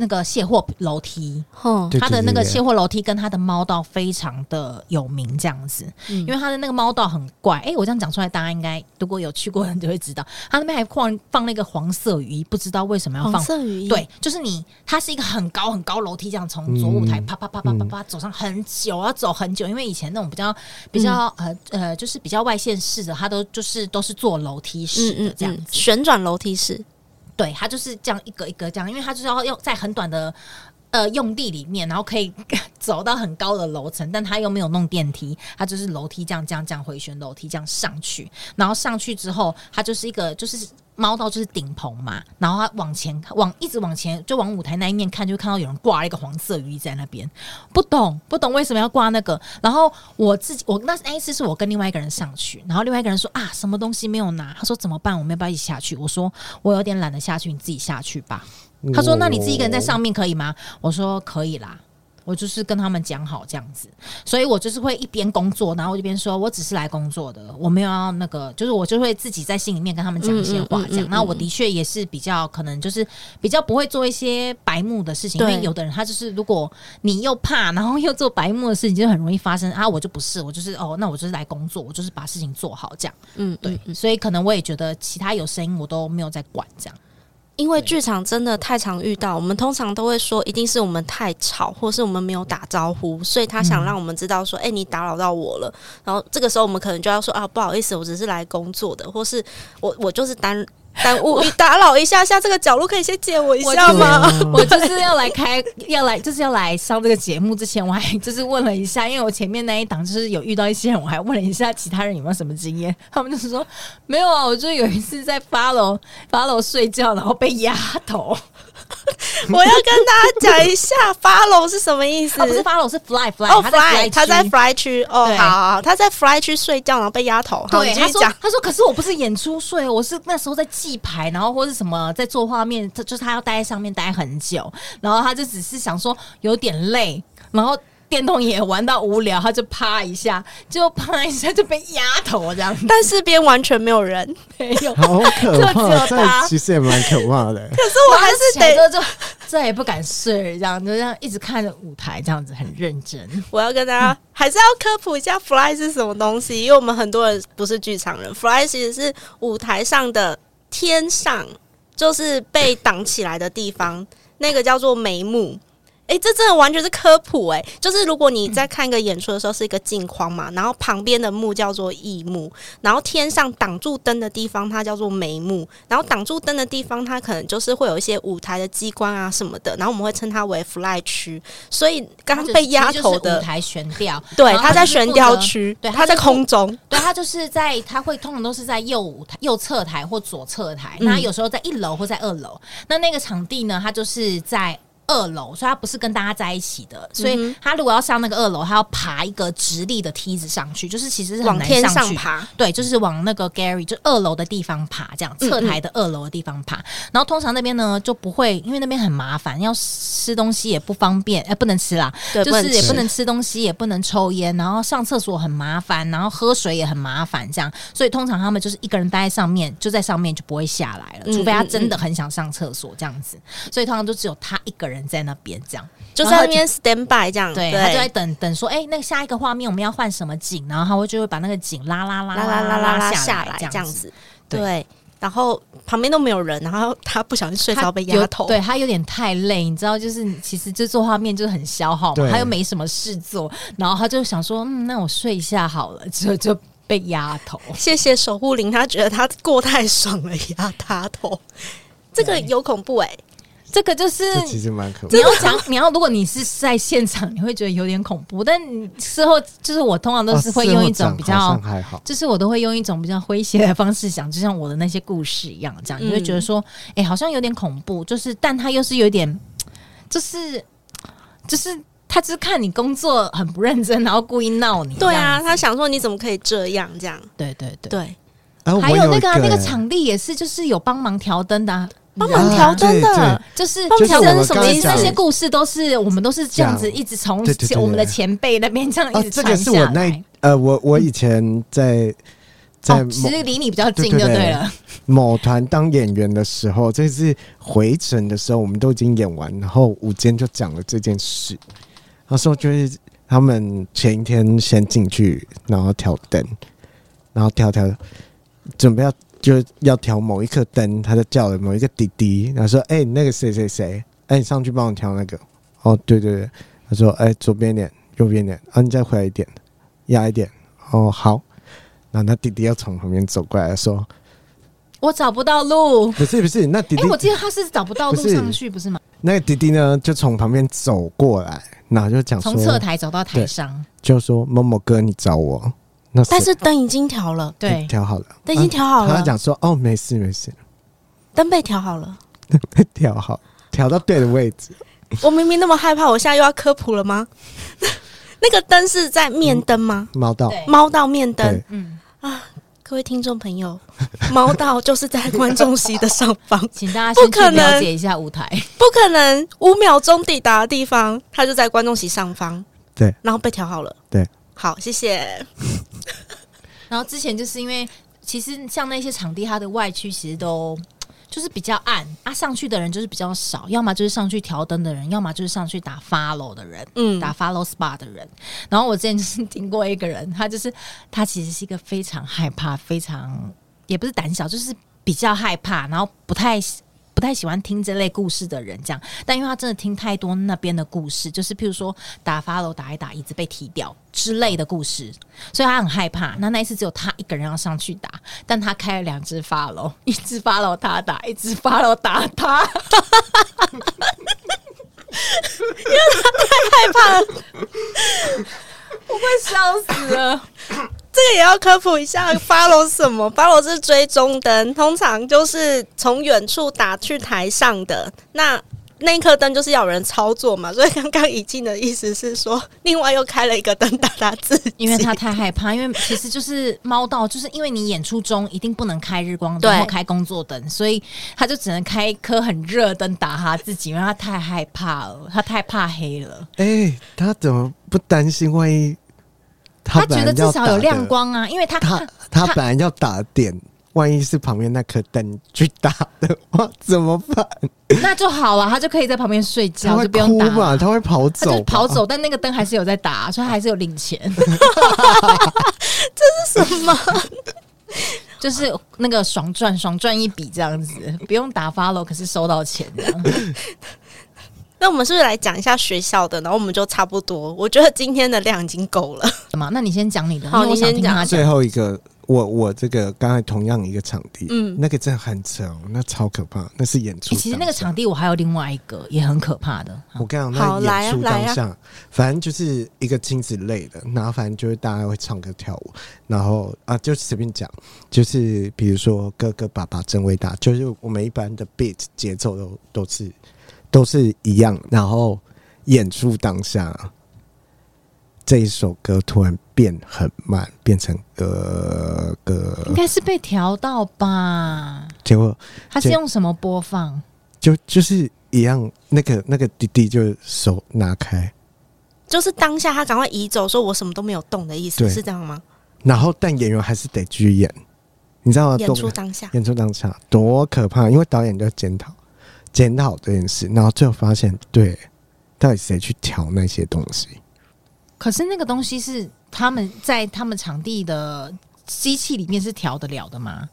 Speaker 2: 那个卸货楼梯，
Speaker 1: 哼，
Speaker 3: 对
Speaker 2: 它的那个
Speaker 3: 对对
Speaker 2: 卸货楼梯跟它的猫道非常的有名，这样子。
Speaker 1: 因
Speaker 2: 因为它的那个猫道很怪，哎、我这样讲出来，大家应该如果有去过的人就会知道，它那边还放放那个黄色雨衣，不知道为什么要
Speaker 1: 黄
Speaker 2: 放。
Speaker 1: 色雨衣，
Speaker 2: 对，就是你，它是一个很高很高楼梯，这样从左舞台
Speaker 3: 嗯
Speaker 2: 啪啪啪啪啪啪走上很久，要走很久，因为以前那种比较比较、呃呃，就是比较外县市的，它都就是都是坐楼梯式的这样子，
Speaker 1: 嗯旋转楼梯式，
Speaker 2: 对，它就是这样一格一格这样，因为它就是要用在很短的。呃，用地里面，然后可以走到很高的楼层，但它又没有弄电梯，它就是楼梯这样这样这样回旋楼梯这样上去，然后上去之后，它就是一个就是猫到就是顶棚嘛，然后它往前往一直往前，就往舞台那一面看，就看到有人挂了一个黄色雨衣在那边，不懂不懂为什么要挂那个。然后我自己我那那一次是我跟另外一个人上去，然后另外一个人说啊什么东西没有拿，他说怎么办，我们要不要一起下去？我说我有点懒得下去，你自己下去吧。他
Speaker 1: 哦
Speaker 2: 说：“那你自己一个人在上面可以吗？”我说：“可以啦。”我就是跟他们讲好这样子，所以我就是会一边工作，然后我一边说，我只是来工作的，我没有要那个，就是我就会自己在心里面跟他们讲一些话
Speaker 1: 嗯嗯嗯
Speaker 2: 这样。
Speaker 1: 嗯
Speaker 2: 那我的确也是比较可能就是比较不会做一些白目的事情，因
Speaker 1: 对
Speaker 2: 为有的人他就是如果你又怕，然后又做白目的事情，就很容易发生啊。我就不是，我就是哦，那我就是来工作，我就是把事情做好这样。
Speaker 1: 嗯，
Speaker 2: 对，
Speaker 1: 嗯嗯
Speaker 2: 所以可能我也觉得其他有声音我都没有在管这样。
Speaker 1: 因为剧场真的太常遇到，我们通常都会说，一定是我们太吵，或是我们没有打招呼，所以他想让我们知道说，哎、你打扰到我了。然后这个时候我们可能就要说啊，不好意思，我只是来工作的，或是我我就是耽耽误你打扰一下下，这个角落可以先借我一
Speaker 2: 我
Speaker 1: 下
Speaker 2: 就
Speaker 1: 吗？
Speaker 2: 我就是要来开，要来就是要来上这个节目之前，我还就是问了一下，因为我前面那一档就是有遇到一些人，我还问了一下其他人有没有什么经验，他们就是说没有啊，我就有一次在 follow follow 睡觉，然后被压头，
Speaker 1: 我要跟大家讲一下 follow 是什么意 思。
Speaker 2: 哦他、不是 follow 是 fly fly，、
Speaker 1: 哦
Speaker 2: 他在
Speaker 1: ，fly，
Speaker 2: fly
Speaker 1: 他在
Speaker 2: 区
Speaker 1: fly 区哦，
Speaker 2: 对
Speaker 1: 好好，好他在 fly 区睡觉，然后被压头。好，
Speaker 2: 对，
Speaker 1: 你继
Speaker 2: 他
Speaker 1: 续
Speaker 2: 说
Speaker 1: 讲。
Speaker 2: 他说，可是我不是演出睡，我是那时候在记牌，然后或是什么在做画面，他就是他要待在上面待很久，然后他就只是想说有点累，然后电动也玩到无聊，他就趴一下，结果趴一下就被压头这样，
Speaker 1: 但是边完全没有人，
Speaker 2: 没有。
Speaker 3: 哦好 可
Speaker 2: 就只有
Speaker 3: 怕，
Speaker 2: 他
Speaker 3: 这其实也蛮可 怕的。
Speaker 1: 可是我还是
Speaker 2: 然
Speaker 1: 得
Speaker 2: 后就起来之后就再也不敢睡，这样就这样一直看着舞台，这样子很认真。
Speaker 1: 我要跟大家还是要科普一下 fly 是什么东西，因为我们很多人不是剧场人，fly 其实是舞台上的天上，就是被挡起来的地方，那个叫做眉目。诶，这真的完全是科普诶，就是如果你在看一个演出的时候是一个镜框嘛，然后旁边的幕叫做翼幕，然后天上挡住灯的地方它叫做眉幕，然后挡住灯的地方它可能就是会有一些舞台的机关啊什么的，然后我们会称它为 fly 区。所以刚
Speaker 2: 就
Speaker 1: 被压
Speaker 2: 其实就是
Speaker 1: 头的
Speaker 2: 舞台悬吊，
Speaker 1: 对，
Speaker 2: 然后
Speaker 1: 他在
Speaker 2: 就是
Speaker 1: 悬
Speaker 2: 负
Speaker 1: 吊
Speaker 2: 责
Speaker 1: 区，
Speaker 2: 对
Speaker 1: 他
Speaker 2: 他
Speaker 1: 在
Speaker 2: 就是
Speaker 1: 空中，
Speaker 2: 对，他就是在他会通常都是在右舞台、右侧台或左侧台，
Speaker 1: 嗯
Speaker 2: 那有时候在一楼或在二楼。那那个场地呢，它就是在。二楼，所以他不是跟大家在一起的，所
Speaker 1: 嗯
Speaker 2: 以
Speaker 1: 哼
Speaker 2: 他如果要上那个二楼，他要爬一个直立的梯子上去，就是其实是很
Speaker 1: 往
Speaker 2: 难
Speaker 1: 天
Speaker 2: 上
Speaker 1: 上
Speaker 2: 去。
Speaker 1: 爬，
Speaker 2: 对，就是往那个 Gary 就二楼的地方爬，这样
Speaker 1: 嗯
Speaker 2: 侧台的二楼的地方爬。然后通常那边呢就不会，因为那边很麻烦，要吃东西也不方便，哎、不能吃啦，
Speaker 1: 对，
Speaker 2: 就是也
Speaker 1: 吃
Speaker 2: 不能吃东西，也不能抽烟，然后上厕所很麻烦，然后喝水也很麻烦，这样。所以通常他们就是一个人待在上面，就在上面就不会下来了，
Speaker 1: 嗯
Speaker 2: 除非他真的很想上厕所这样子。所以通常就只有他一个人在那边这样。
Speaker 1: 就
Speaker 2: 然
Speaker 1: 在
Speaker 2: 后
Speaker 1: 那边 stand by 这样，
Speaker 2: 对，他就在等等说，哎、那个下一个画面我们要换什么景，然后他会就会把那个景拉拉拉
Speaker 1: 啦啦啦啦
Speaker 2: 拉
Speaker 1: 啦
Speaker 2: 下
Speaker 1: 下
Speaker 2: 来
Speaker 1: 来
Speaker 2: 这
Speaker 1: 这
Speaker 2: 样
Speaker 1: 样
Speaker 2: 子。
Speaker 1: 子，
Speaker 2: 对
Speaker 1: 对。然后旁边都没有人，然后他不小心睡着被
Speaker 2: 有
Speaker 1: 压头，
Speaker 2: 对他有点太累，你知道，就是其实这做画面就是很消耗嘛，
Speaker 3: 对
Speaker 2: 他又没什么事做，然后他就想说，嗯，那我睡一下好了，就就被压头。
Speaker 1: 谢谢守护灵，他觉得他过太爽了， 压他头，这个有恐怖哎、
Speaker 2: 这个就是
Speaker 3: 这其实蛮可怕
Speaker 2: 你。要讲，你要如果你是在现场，你会觉得有点恐怖，但你事后就是我通常都是
Speaker 3: 哦
Speaker 2: 会
Speaker 3: 事后
Speaker 2: 用一种
Speaker 3: 讲
Speaker 2: 比
Speaker 3: 好
Speaker 2: 较
Speaker 3: 像还好，
Speaker 2: 就是我都会用一种比较诙谐的方式想，就像我的那些故事一样，这样
Speaker 1: 嗯
Speaker 2: 你会觉得说，哎、好像有点恐怖，就是，但他又是有点，就是，就是他就是看你工作很不认真，然后故意闹你，
Speaker 1: 对啊，他想说你怎么可以这样这样？
Speaker 2: 这样，对对对。
Speaker 1: 对，
Speaker 3: 啊我
Speaker 2: 还有那
Speaker 3: 一
Speaker 2: 个啊、那个
Speaker 3: 欸
Speaker 2: 场地也是，就是有帮忙调灯的、啊，
Speaker 1: 帮忙调灯的、
Speaker 3: 啊
Speaker 2: 就是
Speaker 1: 帮忙
Speaker 3: 就是
Speaker 1: 调
Speaker 3: 我
Speaker 1: 灯
Speaker 3: 们
Speaker 1: 什
Speaker 3: 刚
Speaker 1: 么
Speaker 3: 才
Speaker 1: 意
Speaker 2: 其
Speaker 1: 思
Speaker 2: 实？
Speaker 3: 讲
Speaker 2: 那些故事都是我们都是这样子，
Speaker 3: 这样
Speaker 2: 一直从
Speaker 3: 对对对对
Speaker 2: 我们的前辈那边这样
Speaker 3: 啊
Speaker 2: 一，直
Speaker 3: 这个
Speaker 2: 传
Speaker 3: 是
Speaker 2: 下来。
Speaker 3: 我那呃，我我以前在在
Speaker 2: 哦，其
Speaker 3: 某
Speaker 2: 实离你比较近
Speaker 3: 对
Speaker 2: 就
Speaker 3: 对对
Speaker 2: 对了。
Speaker 3: 某团当演员的时候，这次回程的时候，我们都已经演完，然后午间就讲了这件事。那时候就是他们前一天先进去，然后调灯，然后调调，准备要就是要调某一颗灯，他就叫了某一个弟弟，然后说：“哎、那个谁谁谁，哎、你上去帮我调那个。”哦，对对对，他说：“哎、左边一点，右边一点，啊，你再回来一点，压一点。”哦，好。然后那弟弟又从旁边走过来说。
Speaker 2: 我找不到路，
Speaker 3: 不是不是，那弟
Speaker 2: 哎、
Speaker 3: 弟、
Speaker 2: 我记得他是找不到
Speaker 3: 不
Speaker 2: 路
Speaker 3: 是
Speaker 2: 上去，不是吗？
Speaker 3: 那个弟弟呢，就从旁边走过来，然后就讲
Speaker 2: 从侧
Speaker 3: 说，
Speaker 2: 台走到台上，
Speaker 3: 就说某某哥你找我，那哎
Speaker 1: 但是灯已经调了，
Speaker 2: 对，
Speaker 3: 调好了，
Speaker 1: 灯已经调好
Speaker 3: 啊他
Speaker 1: 了，
Speaker 3: 讲说哦没事没事，
Speaker 1: 灯被调好了。
Speaker 3: 调好调到对的位置，
Speaker 1: 我明明那么害怕，我现在又要科普了吗？ 那个灯是在面灯吗？
Speaker 3: 猫到
Speaker 2: 对
Speaker 1: 猫到面灯
Speaker 3: 对，
Speaker 2: 嗯，
Speaker 1: 各位听众朋友，猫到就是在观众席的上方，
Speaker 2: 请大家先
Speaker 1: 不可
Speaker 2: 去
Speaker 1: 能
Speaker 2: 了解一下舞台。
Speaker 1: 不可能五秒钟抵达的地方，它就在观众席上方。
Speaker 3: 对，
Speaker 1: 然后被调好了。
Speaker 3: 对，
Speaker 1: 好，谢谢。
Speaker 2: 然后之前就是因为，其实像那些场地，它的外区其实都。就是比较暗啊，上去的人就是比较少，要么就是上去调灯的人，要么就是上去打 follow 的人，
Speaker 1: 嗯，
Speaker 2: 打 follow spa 的人。然后我之前就是听过一个人，他就是他其实是一个非常害怕，非常也不是胆小，就是比较害怕，然后不太。不太喜欢听这类故事的人，这样，但因为他真的听太多那边的故事，就是譬如说打发楼打一打，椅子被踢掉之类的故事，所以他很害怕。那那一次只有他一个人要上去打，但他开了两只发楼， 一只发楼他打，一只发楼打他。
Speaker 1: 害 怕了，
Speaker 2: 我快笑死了。
Speaker 1: 这个也要科普一下，follow 什么？follow 是追踪灯，通常就是从远处打去台上的那。那一颗灯就是要有人操作嘛，所以刚刚怡静的意思是说，另外又开了一个灯打他自己，
Speaker 2: 因为他太害怕，因为其实就是猫到，就是因为你演出中一定不能开日光
Speaker 1: 对
Speaker 2: 灯或开工作灯，所以他就只能开一颗很热的灯打他自己，因为他太害怕了，他太怕黑了，
Speaker 3: 哎、他怎么不担心万一
Speaker 2: 他
Speaker 3: 本
Speaker 2: 觉
Speaker 3: 来
Speaker 2: 得至
Speaker 3: 要
Speaker 2: 少
Speaker 3: 打
Speaker 2: 有
Speaker 3: 的
Speaker 2: 亮，光啊，因为他
Speaker 3: 他他本来要打的点，万一是旁边那颗灯去打的话怎么办？
Speaker 2: 那就好了，他就可以在旁边睡
Speaker 3: 他
Speaker 2: 觉，
Speaker 3: 会
Speaker 2: 就不用
Speaker 3: 哭
Speaker 2: 打
Speaker 3: 吧？
Speaker 2: 了。
Speaker 3: 他会跑
Speaker 2: 他
Speaker 3: 走吧，
Speaker 2: 就跑走，但那个灯还是有在打，所以他还是有领钱。
Speaker 1: 这是什么？
Speaker 2: 就是那个爽赚爽赚一笔这样子，不用打 follow，可是收到钱这样。
Speaker 1: 那我们是不是来讲一下学校的？然后我们就差不多，我觉得今天的量已经够了。
Speaker 2: 什么？那你先讲你的，因
Speaker 1: 好
Speaker 2: 为我想
Speaker 1: 你先
Speaker 2: 听他讲
Speaker 3: 最。后一个，我我这个刚才同样一个场地，
Speaker 1: 嗯
Speaker 3: 嗯，那个真的很扯哦，那超可怕，那是演出、
Speaker 2: 欸其实那个场，地我还有另外一个也很可怕的，
Speaker 3: 我跟你
Speaker 1: 好
Speaker 3: 讲，那演出
Speaker 1: 来啊来啊
Speaker 3: 当下，反正就是一个亲子类的，然后反正就是大家会唱歌跳舞，然后啊，就随便讲，就是比如说哥哥爸爸真伟大，就是我们一般的 beat 节奏都都是都是一样，然后演出当下，这一首歌突然变很慢，变成呃歌，
Speaker 2: 应该是被调到吧？
Speaker 3: 结果
Speaker 2: 它是
Speaker 3: 这
Speaker 2: 用什么播放？
Speaker 3: 就就是一样，那个那个弟弟就手拿开，
Speaker 1: 就是当下他赶快移走，说我什么都没有动的意思，
Speaker 3: 对
Speaker 1: 是这样吗？
Speaker 3: 然后但演员还是得继续演，你知道吗？
Speaker 1: 演
Speaker 3: 动
Speaker 1: 出当下，
Speaker 3: 演出当下多可怕，因为导演就检讨检讨这件事，然后最后发现，对，到底谁去调那些东西？
Speaker 2: 可是那个东西是他们在他们场地的机器里面是调得了的吗？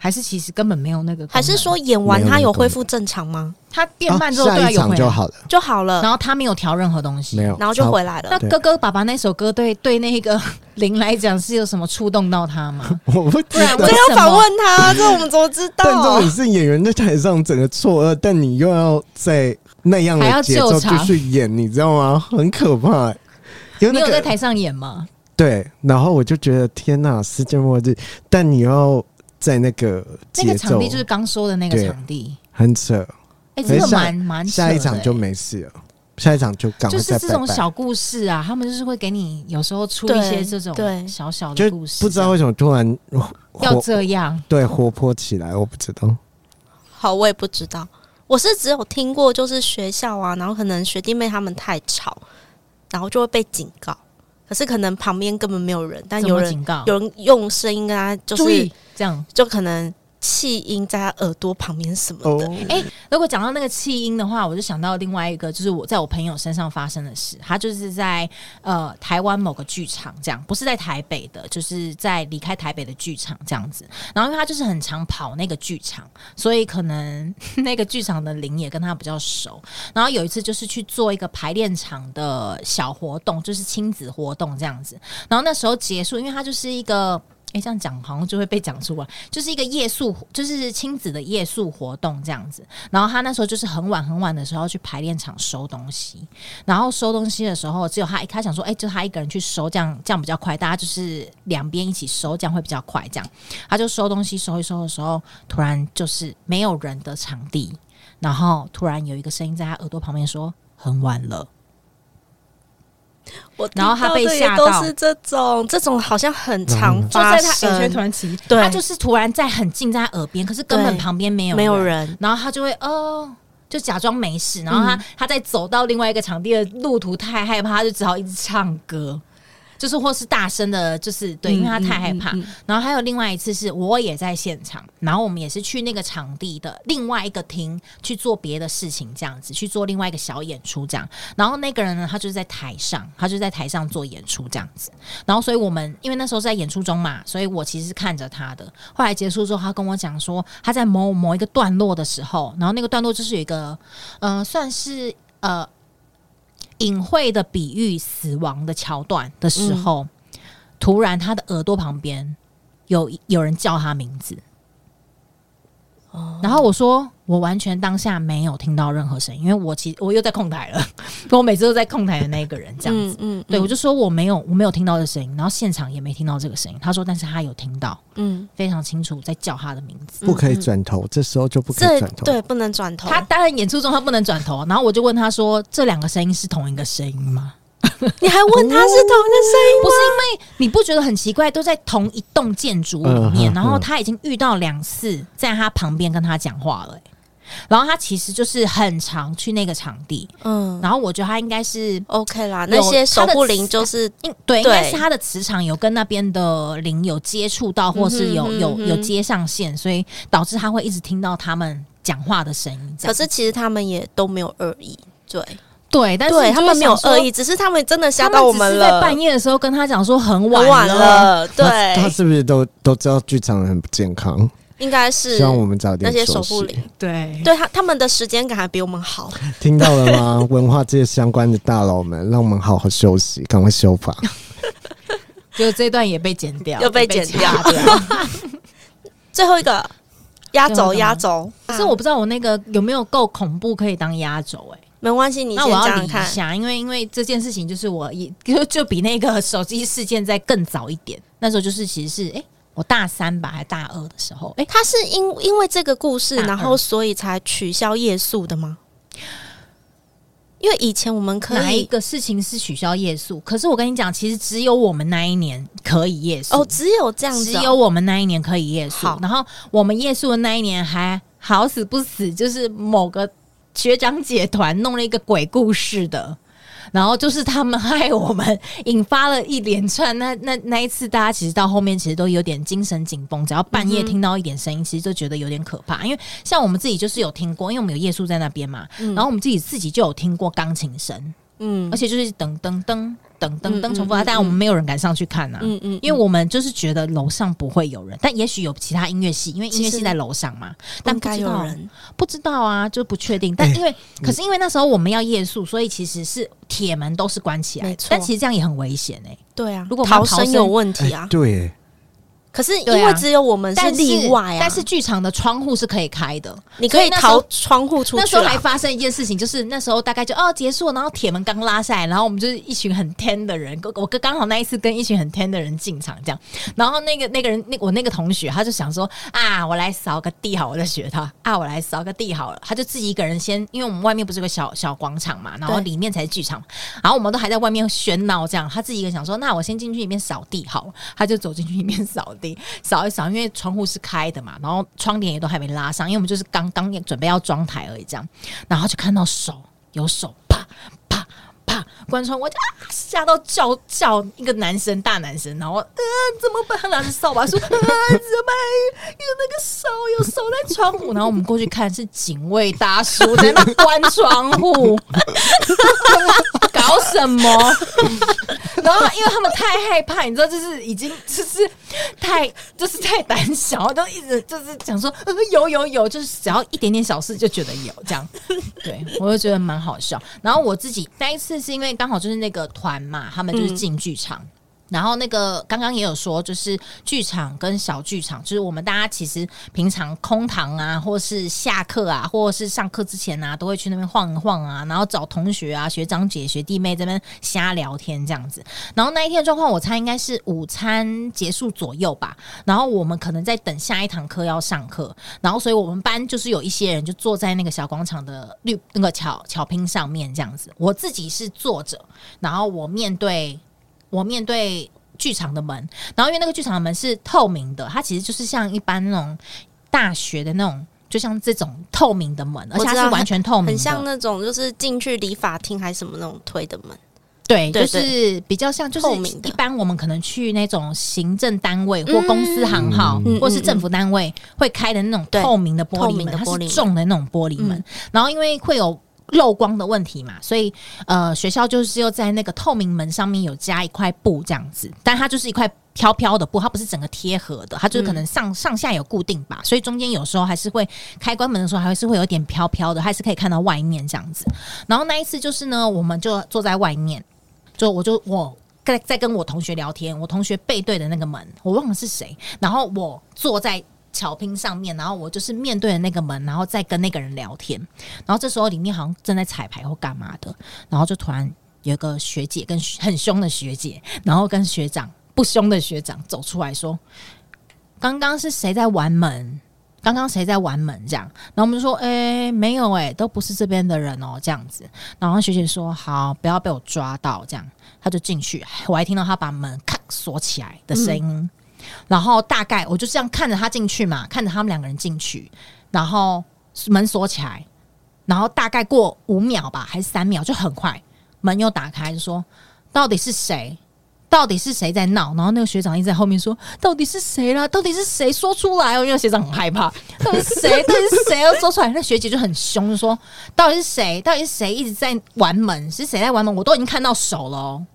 Speaker 2: 还是其实根本没有那个功能？
Speaker 1: 还是说演完
Speaker 3: 没有
Speaker 1: 他有
Speaker 3: 那个
Speaker 1: 恢复正常吗？
Speaker 2: 他变慢之后
Speaker 3: 啊
Speaker 2: 对
Speaker 3: 下
Speaker 2: 他
Speaker 3: 一
Speaker 2: 有
Speaker 3: 场
Speaker 2: 回
Speaker 3: 就
Speaker 2: 来，
Speaker 3: 好了，
Speaker 1: 就好了，
Speaker 2: 然后他没有调任何东西，
Speaker 3: 没有，
Speaker 1: 然后就
Speaker 3: 超
Speaker 1: 回来了
Speaker 2: 那。
Speaker 3: 对
Speaker 2: 哥哥爸爸那首歌对对那个 林来讲是有什么触动到他吗？
Speaker 3: 我不知
Speaker 2: 不然
Speaker 3: 道
Speaker 2: 为
Speaker 1: 这。
Speaker 2: 什么
Speaker 1: 要访问他，这我们怎么知
Speaker 3: 但重
Speaker 1: 道
Speaker 3: 点？是演员在台上整个错愕，但你又要在那样
Speaker 2: 还要
Speaker 3: 的节奏
Speaker 2: 救场
Speaker 3: 继续演，你知道吗？很可怕、欸。因为
Speaker 2: 你 有
Speaker 3: 那
Speaker 2: 在
Speaker 3: 个
Speaker 2: 台上演吗？
Speaker 3: 对，然后我就觉得天哪，世界末日！但你要在那个
Speaker 2: 那
Speaker 3: 节
Speaker 2: 个场
Speaker 3: 奏，
Speaker 2: 地就是刚说的那个
Speaker 3: 对
Speaker 2: 场地，
Speaker 3: 很扯。
Speaker 2: 哎、
Speaker 3: 可
Speaker 2: 这
Speaker 3: 是
Speaker 2: 个
Speaker 3: 下
Speaker 2: 蛮蛮扯
Speaker 3: 下一场
Speaker 2: 的
Speaker 3: 就
Speaker 2: 欸
Speaker 3: 没事了，下一场就赶
Speaker 2: 就
Speaker 3: 快
Speaker 2: 是
Speaker 3: 再
Speaker 2: 这
Speaker 3: 拜
Speaker 2: 种
Speaker 3: 拜。
Speaker 2: 小故事啊，他们就是会给你有时候出
Speaker 1: 对
Speaker 2: 一些这种
Speaker 1: 对
Speaker 2: 小小
Speaker 3: 就
Speaker 2: 的故事，
Speaker 3: 不知道为什么突然活
Speaker 2: 要这样。
Speaker 3: 对活泼起来，我不知道。
Speaker 1: 好，我也不知道，我是只有听过，就是学校啊，然后可能学弟妹他们太吵，然后就会被警告。可是可能旁边根本没有人，但
Speaker 2: 怎
Speaker 1: 有
Speaker 2: 么
Speaker 1: 人
Speaker 2: 警告？
Speaker 1: 有人用声音跟他就是
Speaker 2: 注意这样。
Speaker 1: 就可能气音在他耳朵旁边什么
Speaker 3: 哦
Speaker 1: 的。，
Speaker 2: 哎、如果讲到那个弃婴的话，我就想到另外一个，就是我在我朋友身上发生的事。他就是在呃台湾某个剧场这样，不是在台北的，就是在离开台北的剧场这样子。然后因为他就是很常跑那个剧场，所以可能那个剧场的林也跟他比较熟。然后有一次就是去做一个排练场的小活动，就是亲子活动这样子。然后那时候结束，因为他就是一个。哎，这样讲好像就会被讲出来，就是一个夜宿，就是亲子的夜宿活动这样子。然后他那时候就是很晚很晚的时候去排练场收东西，然后收东西的时候只有他，他想说，哎、就他一个人去收，这样这样比较快，大家就是两边一起收，这样会比较快。这样，他就收东西收一收的时候，突然就是没有人的场地，然后突然有一个声音在他耳朵旁边说：“很晚了。”
Speaker 1: 我
Speaker 2: 然后他被
Speaker 1: 听到的
Speaker 2: 吓
Speaker 1: 也
Speaker 2: 到
Speaker 1: 都是这种，这种好像很常
Speaker 3: 嗯
Speaker 2: 就
Speaker 1: 发
Speaker 2: 在他
Speaker 1: 生。
Speaker 2: 耳圈突然起，
Speaker 1: 对
Speaker 2: 他就是突然在很近在他耳边，可是根本
Speaker 1: 对
Speaker 2: 旁边
Speaker 3: 嗯
Speaker 2: 没有
Speaker 1: 没有人，
Speaker 2: 然后他就会哦。就假装没事，然后他、他在走到另外一个场地的路途太害怕，他就只好一直唱歌，就是或是大声的，就是对，因为他
Speaker 1: 嗯
Speaker 2: 太害怕。然后还有另外一次是我也在现场，然后我们也是去那个场地的另外一个厅去做别的事情，这样子去做另外一个小演出这样。然后那个人呢，他就是在台上，他就在台上做演出这样子。然后所以我们因为那时候是在演出中嘛，所以我其实是看着他的。后来结束之后，他跟我讲说，他在某某一个段落的时候，然后那个段落就是有一个，呃，算是呃隐晦的比喻死亡的桥段的时候，突然他的耳朵旁边有有人叫他名字，然后我说。我完全当下没有听到任何声音，因为我其我又在控台了，我每次都在控台的那一个人这样子。
Speaker 1: 嗯嗯，嗯
Speaker 2: 对，我就说我没有，我没有听到这声音，然后现场也没听到这个声音。他说，但是他有听到，
Speaker 1: 嗯，
Speaker 2: 非常清楚在叫他的名字。
Speaker 3: 不可以转头，这时候就不可以
Speaker 1: 这
Speaker 3: 转头。
Speaker 1: 对不能转头。
Speaker 2: 他当然演出中他不能转头，啊然后我就问他说：“这两个声音是同一个声音吗
Speaker 1: 你还问他是同一个声？”
Speaker 2: 不是因为你不觉得很奇怪，都在同一栋建筑物里面，
Speaker 3: 嗯哼
Speaker 2: 然后他已经遇到两次在他旁边跟他讲话了、欸然后他其实就是很常去那个场地，
Speaker 1: 音？嗯
Speaker 2: 然后我觉得他应该是
Speaker 1: ，OK 啦，
Speaker 2: 有
Speaker 1: 那些手
Speaker 2: 他的啊
Speaker 1: 不灵就是
Speaker 2: 应对，应
Speaker 1: 对
Speaker 2: 该是他的磁场有跟那边的灵有接触到，或是有
Speaker 1: 嗯哼嗯
Speaker 2: 有
Speaker 1: 哼
Speaker 2: 有接上线，所以导致他会一直听到他们讲话的声音。这
Speaker 1: 可
Speaker 2: 样
Speaker 1: 是其实他们也都没有恶意，对，
Speaker 2: 对，但是
Speaker 1: 对
Speaker 2: 你
Speaker 1: 他
Speaker 2: 就会
Speaker 1: 们没有
Speaker 2: 想说
Speaker 1: 恶意，，只是他们真的吓
Speaker 2: 他
Speaker 1: 到我
Speaker 2: 只是在
Speaker 1: 了，
Speaker 2: 半夜的时候跟他讲说很晚
Speaker 1: 很晚
Speaker 2: 了，
Speaker 1: 了，
Speaker 3: 他他
Speaker 1: 对，
Speaker 3: 是不是都都知道剧场很不健康？
Speaker 1: 应该是
Speaker 3: 希望我们早点
Speaker 1: 那些手
Speaker 3: 休
Speaker 1: 不
Speaker 3: 息。
Speaker 1: 灵，
Speaker 2: 对。
Speaker 1: 对他他们的时间感还比我们好，
Speaker 3: 听到了吗？文化界相关的大佬们，让我们好好休息，赶快修法。
Speaker 2: 就这段也被剪掉，
Speaker 1: 又被剪掉
Speaker 2: 也被掐掉。
Speaker 1: 最后一个压
Speaker 2: 最后
Speaker 1: 轴
Speaker 2: 一个吗
Speaker 1: 压轴，啊
Speaker 2: 可是我不知道我那个有没有够恐怖可以当压轴哎。
Speaker 1: 没关嗯系，你
Speaker 2: 那
Speaker 1: 先
Speaker 2: 我
Speaker 1: 讲
Speaker 2: 要理
Speaker 1: 讲
Speaker 2: 一
Speaker 1: 看。
Speaker 2: 下，因为因为这件事情就是我 一就就比那个手机事件在更早一点，那时候就是其实是哎、诶我大三吧还大二的时候，哎、嗯
Speaker 1: 他是因因为这个故事，
Speaker 2: 大二
Speaker 1: 然后所以才取消夜宿的吗？因为以前我们可
Speaker 2: 哪一
Speaker 1: 以
Speaker 2: 个事情是取消夜宿？可是我跟你讲，其实只有我们那一年可以夜宿
Speaker 1: 哦，只有这样
Speaker 2: 只
Speaker 1: 子哦、
Speaker 2: 有我们那一年可以夜宿
Speaker 1: 好。
Speaker 2: 然后我们夜宿的那一年还好死不死，就是某个学长姐团弄了一个鬼故事的。然后就是他们害我们，引发了一连串。那那那一次，大家其实到后面其实都有点精神紧绷，只要半夜
Speaker 1: 嗯哼
Speaker 2: 听到一点声音，其实就觉得有点可怕。因为像我们自己就是有听过，因为我们有夜宿在那边嘛，
Speaker 1: 嗯
Speaker 2: 然后我们自己自己就有听过钢琴声，
Speaker 1: 嗯
Speaker 2: 而且就是噔噔噔噔噔
Speaker 1: 嗯
Speaker 2: 噔重复啊，
Speaker 1: 嗯
Speaker 2: 但我们没有人敢上去看啊。
Speaker 1: 嗯嗯，
Speaker 2: 因为我们就是觉得楼上不会有人，但也许有其他音乐系，因为音
Speaker 1: 其
Speaker 2: 乐系
Speaker 1: 实
Speaker 2: 在楼上嘛，但
Speaker 1: 应
Speaker 2: 不
Speaker 1: 该
Speaker 2: 知
Speaker 1: 有
Speaker 2: 道
Speaker 1: 人
Speaker 2: 不知道啊，就不确定。但因为、可是因为那时候我们要夜宿，所以其实是铁门都是关起来
Speaker 1: 没
Speaker 2: 的
Speaker 1: 错，
Speaker 2: 但其实这样也很危险哎、
Speaker 1: 对啊，
Speaker 2: 如果我们
Speaker 1: 逃
Speaker 2: 要逃
Speaker 1: 生
Speaker 2: 生
Speaker 1: 有问题
Speaker 3: 哎
Speaker 1: 啊，
Speaker 3: 对，
Speaker 1: 可是因
Speaker 2: 对
Speaker 1: 为
Speaker 2: 啊
Speaker 1: 只有我们
Speaker 2: 但
Speaker 1: 例外啊，
Speaker 2: 但是剧场的窗户是可以开的。
Speaker 1: 你可
Speaker 2: 所
Speaker 1: 以
Speaker 2: 以那时候
Speaker 1: 逃窗户出去啊，
Speaker 2: 那时候还发生一件事情，就是那时候大概就哦结束了，然后铁门刚拉下来，然后我们就是一群很 ten 的人，我我刚好那一次跟一群很 ten 的人进场这样，然后那个那个人那我那个同学他就想说啊，我来扫个地好了，我在学他啊，我来扫个地好了，他就自己一个人先，因为我们外面不是有个小小广场嘛，然后
Speaker 1: 对
Speaker 2: 里面才是剧场，然后我们都还在外面喧闹这样，他自己一个人想说，那我先进去里面扫地好了，他就走进去里面扫地，扫一扫，因为窗户是开的嘛，然后窗帘也都还没拉上，因为我们就是刚刚准备要装台而已，这样，然后就看到手有手啪啪啪关窗，我就啊吓到叫叫一个男生大男生，然后呃怎么办？他拿着扫把说呃怎么办？有那个手有手在窗户，然后我们过去看是警卫大叔在那关窗户， 搞什么？然后因为他们太害怕，你知道，就是已经就是 太就是太胆小，都一直就是讲说、呃、有有有，就是只要一点点小事就觉得有这样。对我就觉得蛮好笑。然后我自己那一次是因为刚好就是那个团嘛，他们就是进剧场。然后那个刚刚也有说，就是剧场跟小剧场，就是我们大家其实平常空堂啊，或是下课啊，或是上课之前啊，都会去那边晃一晃啊，然后找同学啊、学长姐、学弟妹这边瞎聊天这样子。然后那一天的状况，我猜应该是午餐结束左右吧。然后我们可能在等下一堂课要上课，然后所以我们班就是有一些人就坐在那个小广场的绿那个草草坪上面这样子。我自己是坐着，然后我面对我面对剧场的门，然后因为那个剧场的门是透明的，它其实就是像一般那种大学的那种。就像这种透明的门，而
Speaker 1: 我
Speaker 2: 且
Speaker 1: 知
Speaker 2: 它
Speaker 1: 道
Speaker 2: 是完全透明的，
Speaker 1: 很像那种就是进去理发厅还是什么那种推的门，
Speaker 2: 对，
Speaker 1: 对
Speaker 2: 就是比较像，就是
Speaker 1: 透明的
Speaker 2: 一般我们可能去那种行政单位或公司行号，
Speaker 1: 嗯
Speaker 2: 或是政府单位会开的那种
Speaker 1: 对
Speaker 2: 透明的玻
Speaker 1: 透
Speaker 2: 璃
Speaker 1: 明
Speaker 2: 门，
Speaker 1: 的玻璃
Speaker 2: 它
Speaker 1: 门
Speaker 2: 是重的那种玻璃门。
Speaker 1: 嗯
Speaker 2: 然后因为会有漏光的问题嘛，所以呃，学校就是又在那个透明门上面有加一块布这样子，但它就是一块。飘飘的布，它不是整个贴合的，
Speaker 1: 嗯
Speaker 2: 它就是可能上、上下有固定吧，所以中间有时候还是会开关门的时候还是会有点飘飘的，还是可以看到外面这样子。然后那一次就是呢，我们就坐在外面，就我就我在在跟我同学聊天，我同学背对的那个门，我忘了是谁，然后我坐在。草坪上面，然后我就是面对着那个门，然后再跟那个人聊天。然后这时候里面好像正在彩排或干嘛的，然后就突然有一个学姐跟很凶的学姐，然后跟学长不凶的学长走出来说：“刚刚是谁在玩门？刚刚谁在玩门？”这样，然后我们就说：“诶，没有诶，都不是这边的人哦。”这样子，然后学姐说：“好，不要被我抓到。”这样，他就进去，我还听到他把门咔锁起来的声音。然后大概我就这样看着他进去嘛，看着他们两个人进去，然后门锁起来，然后大概过五秒吧，还是三秒，就很快，门又打开，就说到底是谁？到底是谁在闹？然后那个学长一直在后面说：“到底是谁啦？到底是谁？说出来哦！”因为学长很害怕，到底是谁？到底是谁要说出来？那学姐就很凶，就说：“到底是谁？到底是谁一直在玩门？是谁在玩门？我都已经看到手了哦。”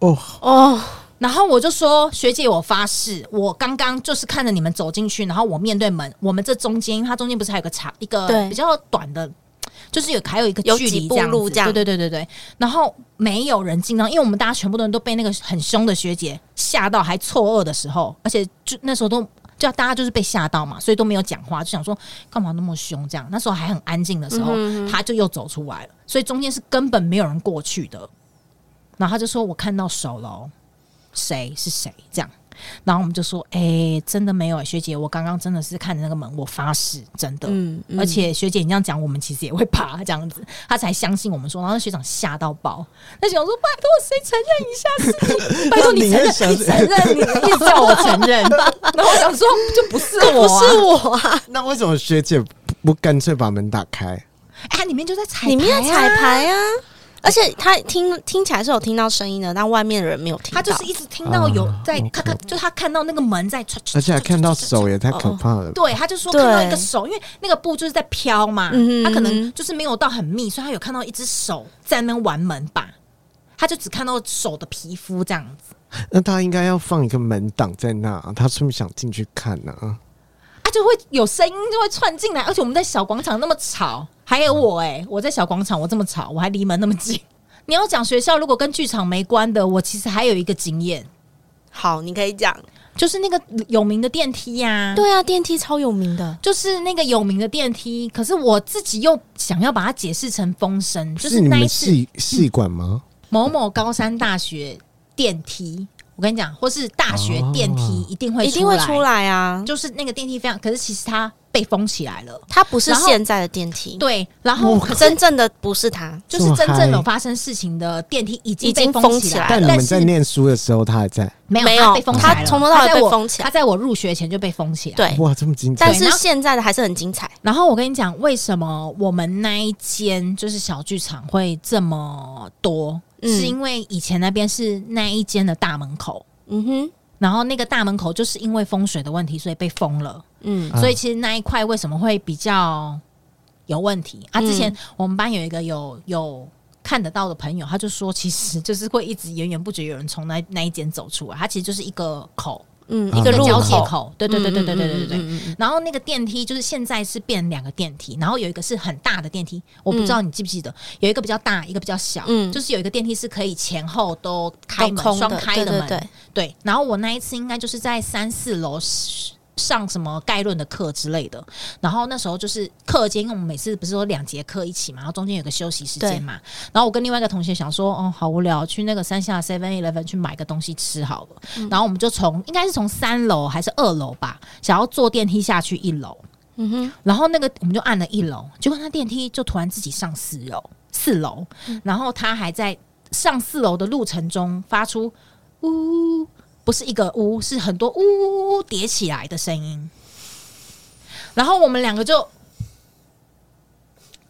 Speaker 3: 哦，
Speaker 1: 哦，
Speaker 2: 然后我就说：“学姐，我发誓，我刚刚就是看着你们走进去，然后我面对门，我们这中间，它中间不是还有个长一个
Speaker 1: 对
Speaker 2: 比较短的，就是有还有一个
Speaker 1: 有
Speaker 2: 距
Speaker 1: 几
Speaker 2: 离
Speaker 1: 步
Speaker 2: 这样
Speaker 1: 路
Speaker 2: 子，
Speaker 1: 这样
Speaker 2: 对对对对对。然后没有人进到，因为我们大家全部的人都被那个很凶的学姐吓到，还错愕的时候，而且就那时候都。”就大家就是被吓到嘛，所以都没有讲话，就想说干嘛那么凶这样。那时候还很安静的时候，
Speaker 1: 嗯哼
Speaker 2: 他就又走出来了，所以中间是根本没有人过去的。然后他就说：“我看到手了哦、谁是谁？”这样，然后我们就说：“哎、真的没有、学姐，我刚刚真的是看着那个门，我发誓，真的。
Speaker 1: 嗯，嗯
Speaker 2: 而且学姐你这样讲，我们其实也会 怕这样子，他才相信我们说。然后学长吓到爆，那学长说：“拜托，谁承认一下 是你？拜托你承认，
Speaker 3: 那
Speaker 2: 你承认，
Speaker 3: 你
Speaker 2: 你一直叫我承认。”然后我想说，就不是 我、
Speaker 1: 不
Speaker 2: 啊，
Speaker 1: 是我啊，
Speaker 3: 那为什么学姐不干脆把门打开？
Speaker 2: 哎、里面就在彩排、啊，
Speaker 1: 里面彩排啊，而且他听听起来是有听到声音的，但外面的人没有听到。
Speaker 2: 他就是一直听到有
Speaker 3: 啊
Speaker 2: 在，
Speaker 3: OK
Speaker 2: 他看就他看到那个门在唰，唰
Speaker 3: 而且还看
Speaker 2: 唰
Speaker 3: 到，
Speaker 2: 唰唰唰唰
Speaker 3: 手也太可怕了吧。
Speaker 2: 对，他就说
Speaker 1: 对
Speaker 2: 看到一个手，因为那个布就是在飘嘛，
Speaker 1: 嗯
Speaker 2: 他可能就是没有到很密，所以他有看到一只手在那边玩门把，他就只看到手的皮肤这样子，
Speaker 3: 那他应该要放一个门挡在那，他是不是想进去看呢、
Speaker 2: 啊，就会有声音就会窜进来，而且我们在小广场那么吵，还有我哎、我在小广场我这么吵，我还离门那么近。你要讲学校如果跟剧场没关的，我其实还有一个经验，
Speaker 1: 好，你可以讲。
Speaker 2: 就是那个有名的电梯呀、
Speaker 1: 对啊，电梯超有名的。
Speaker 2: 就是那个有名的电梯，可是我自己又想要把它解释成风声，就是
Speaker 3: 是你
Speaker 2: 那一
Speaker 3: 们
Speaker 2: 次
Speaker 3: 系系馆吗？
Speaker 2: 某某高山大学电梯，我跟你讲，或是大学电梯
Speaker 3: 哦
Speaker 2: 一定会
Speaker 1: 一定会出
Speaker 2: 来，
Speaker 1: 来啊！
Speaker 2: 就是那个电梯非常，可是其实它被封起来了，
Speaker 1: 它不是
Speaker 2: 然后
Speaker 1: 现在的电梯，
Speaker 2: 对，然后可
Speaker 1: 真
Speaker 2: 是
Speaker 1: 正的不是它。
Speaker 2: 就是真正
Speaker 3: 这
Speaker 2: 有
Speaker 3: 么嗨
Speaker 2: 发生事情的电梯已经
Speaker 1: 已经
Speaker 2: 被
Speaker 1: 封起
Speaker 2: 起
Speaker 1: 来了
Speaker 2: 来
Speaker 3: 但
Speaker 2: 了，
Speaker 3: 你
Speaker 2: 但
Speaker 3: 啊们在
Speaker 2: 是
Speaker 3: 念书的时候，他还在。
Speaker 2: 没有
Speaker 1: 没
Speaker 2: 它
Speaker 1: 有
Speaker 2: 被封起
Speaker 1: 它
Speaker 2: 来了，
Speaker 1: 从头到尾
Speaker 2: 它在
Speaker 1: 被
Speaker 2: 我
Speaker 1: 封起来
Speaker 2: 它在我入学前就被封起来了，
Speaker 1: 对，
Speaker 3: 哇，这么精彩！
Speaker 1: 但是
Speaker 2: 然后
Speaker 1: 现在的还是很精彩。
Speaker 2: 然后我跟你讲，为什么我们那一间就是小剧场会这么多？
Speaker 1: 嗯
Speaker 2: 是因为以前那边是那一间的大门口，
Speaker 1: 嗯哼，
Speaker 2: 然后那个大门口就是因为风水的问题，所以被封了。
Speaker 1: 嗯
Speaker 3: 啊
Speaker 2: 所以其实那一块为什么会比较有问题啊？
Speaker 1: 嗯
Speaker 2: 之前我们班有一个有有。看得到的朋友，他就说，其实就是会一直源源不绝有人从那那一间走出来，它其实就是一个口，
Speaker 1: 嗯，
Speaker 3: 啊
Speaker 1: 一个
Speaker 2: 一
Speaker 1: 入
Speaker 2: 个交界
Speaker 1: 口，
Speaker 2: 口，对对对对对对对对对
Speaker 1: 嗯。嗯嗯嗯嗯
Speaker 2: 然后那个电梯就是现在是变两个电梯，然后有一个是很大的电梯，我不知道你记不记得，有一个比较大，一个比较小，
Speaker 1: 嗯
Speaker 2: 就是有一个电梯是可以前后都开
Speaker 1: 都
Speaker 2: 门
Speaker 1: 空
Speaker 2: 双
Speaker 1: 的
Speaker 2: 开
Speaker 1: 对
Speaker 2: 的
Speaker 1: 对
Speaker 2: 门，
Speaker 1: 对
Speaker 2: 对然后我那一次应该就是在三四楼上什么概论的课之类的，然后那时候就是课间，因为我们每次不是说两节课一起嘛，然后中间有个休息时间嘛，然后我跟另外一个同学想说，哦，好无聊，去那个山下 Seven Eleven 去买个东西吃好了，然后我们就从应该是从三楼还是二楼吧，想要坐电梯下去一楼，
Speaker 1: 嗯哼，
Speaker 2: 然后那个我们就按了一楼，结果那电梯就突然自己上四楼，四楼，然后他还在上四楼的路程中发出呜，不是一个呜，是很多呜呜呜叠起来的声音。然后我们两个就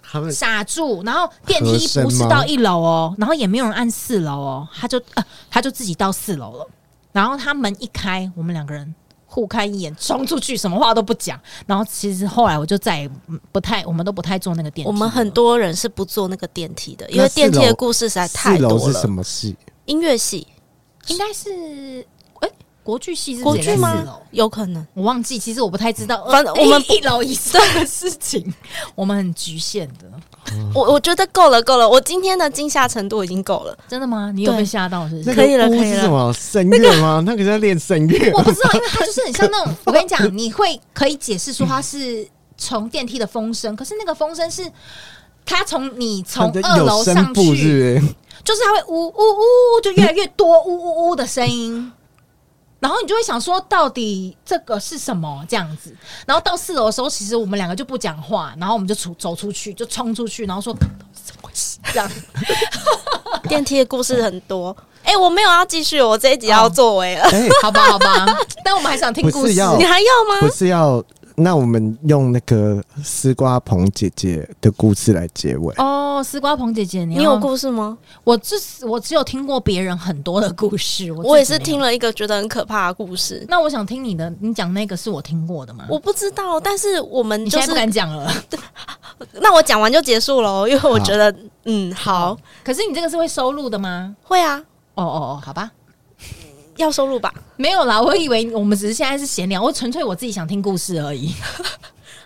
Speaker 3: 他们
Speaker 2: 傻住，然后电梯不是到一楼哦，然后也没有人按四楼哦，他就呃他就自己到四楼了。然后他门一开，我们两个人互看一眼，冲出去，什么话都不讲。然后其实后来我就再也不太，我们都不太坐那个电梯
Speaker 1: 我
Speaker 2: 了。
Speaker 1: 们很多人是不坐那个电梯的，因
Speaker 3: 那
Speaker 1: 为
Speaker 3: 四
Speaker 1: 电梯的
Speaker 3: 楼
Speaker 1: 故事实在太
Speaker 3: 四楼
Speaker 1: 多
Speaker 3: 是什
Speaker 1: 了。
Speaker 3: 么系？
Speaker 1: 音乐系、
Speaker 2: 应该是哎、国剧系是不
Speaker 1: 国
Speaker 2: 是也在
Speaker 1: 剧
Speaker 2: 四
Speaker 1: 吗
Speaker 2: 楼？？
Speaker 1: 有可能。
Speaker 2: 我忘记，其实我不太知道。呃
Speaker 1: 反正我们不
Speaker 2: 一楼以上的事情，我们很局限的。
Speaker 1: 我我觉得够了，够了，我今天的惊吓程度已经够了。
Speaker 2: 真的吗？你有被
Speaker 1: 对
Speaker 2: 吓到是不是？
Speaker 3: 那
Speaker 1: 可以了
Speaker 3: 个屋
Speaker 1: 可以
Speaker 3: 是
Speaker 1: 了
Speaker 3: 什么声乐吗？那个在练声乐
Speaker 2: 我。不知道，因为它就是很像那 种，我跟你讲，你会可以解释说它是从电梯的风声，可是那个风声是它从你从
Speaker 3: 他的
Speaker 2: 二楼
Speaker 3: 有
Speaker 2: 上
Speaker 3: 声部
Speaker 2: 去，
Speaker 3: 是不是？
Speaker 2: 就是它会呜呜呜，就越来越多呜呜呜的声音。然后你就会想说，到底这个是什么这样子？然后到四楼的时候，其实我们两个就不讲话，然后我们就出走出去，就冲出去，然后说到底怎么回事这样。
Speaker 1: 电梯的故事很多。哎、我没有要继续，我这一集要作为了。
Speaker 3: 哎，
Speaker 2: 好吧，好吧， 但我们还想听
Speaker 3: 不
Speaker 2: 故
Speaker 3: 是
Speaker 2: 事。
Speaker 3: 要
Speaker 1: 你还要
Speaker 3: 不
Speaker 1: 吗？
Speaker 3: 是要那我们用那个丝瓜棚姐姐的故事来结尾。
Speaker 2: 哦，丝瓜鹏姐姐，你
Speaker 1: 你
Speaker 2: 要
Speaker 1: 有故事吗？
Speaker 2: 我只是我只有听过别人很多的故 事，我
Speaker 1: 我也
Speaker 2: 自
Speaker 1: 是
Speaker 2: 己没有
Speaker 1: 听。了一个觉得很可怕的故事，
Speaker 2: 那我想听你的，你讲那个是我听过的吗？
Speaker 1: 我不知道。但是我们
Speaker 2: 你
Speaker 1: 就
Speaker 2: 现在
Speaker 1: 是
Speaker 2: 不，敢讲了。
Speaker 1: 那我讲完就结束了，因为我觉得，嗯，好，
Speaker 2: 可是你这个是会收录的吗？
Speaker 1: 会啊，
Speaker 2: 哦哦哦，好吧，
Speaker 1: 要收入吧。
Speaker 2: 没有啦，我以为我们只是现在是闲聊，我纯粹我自己想听故事而已。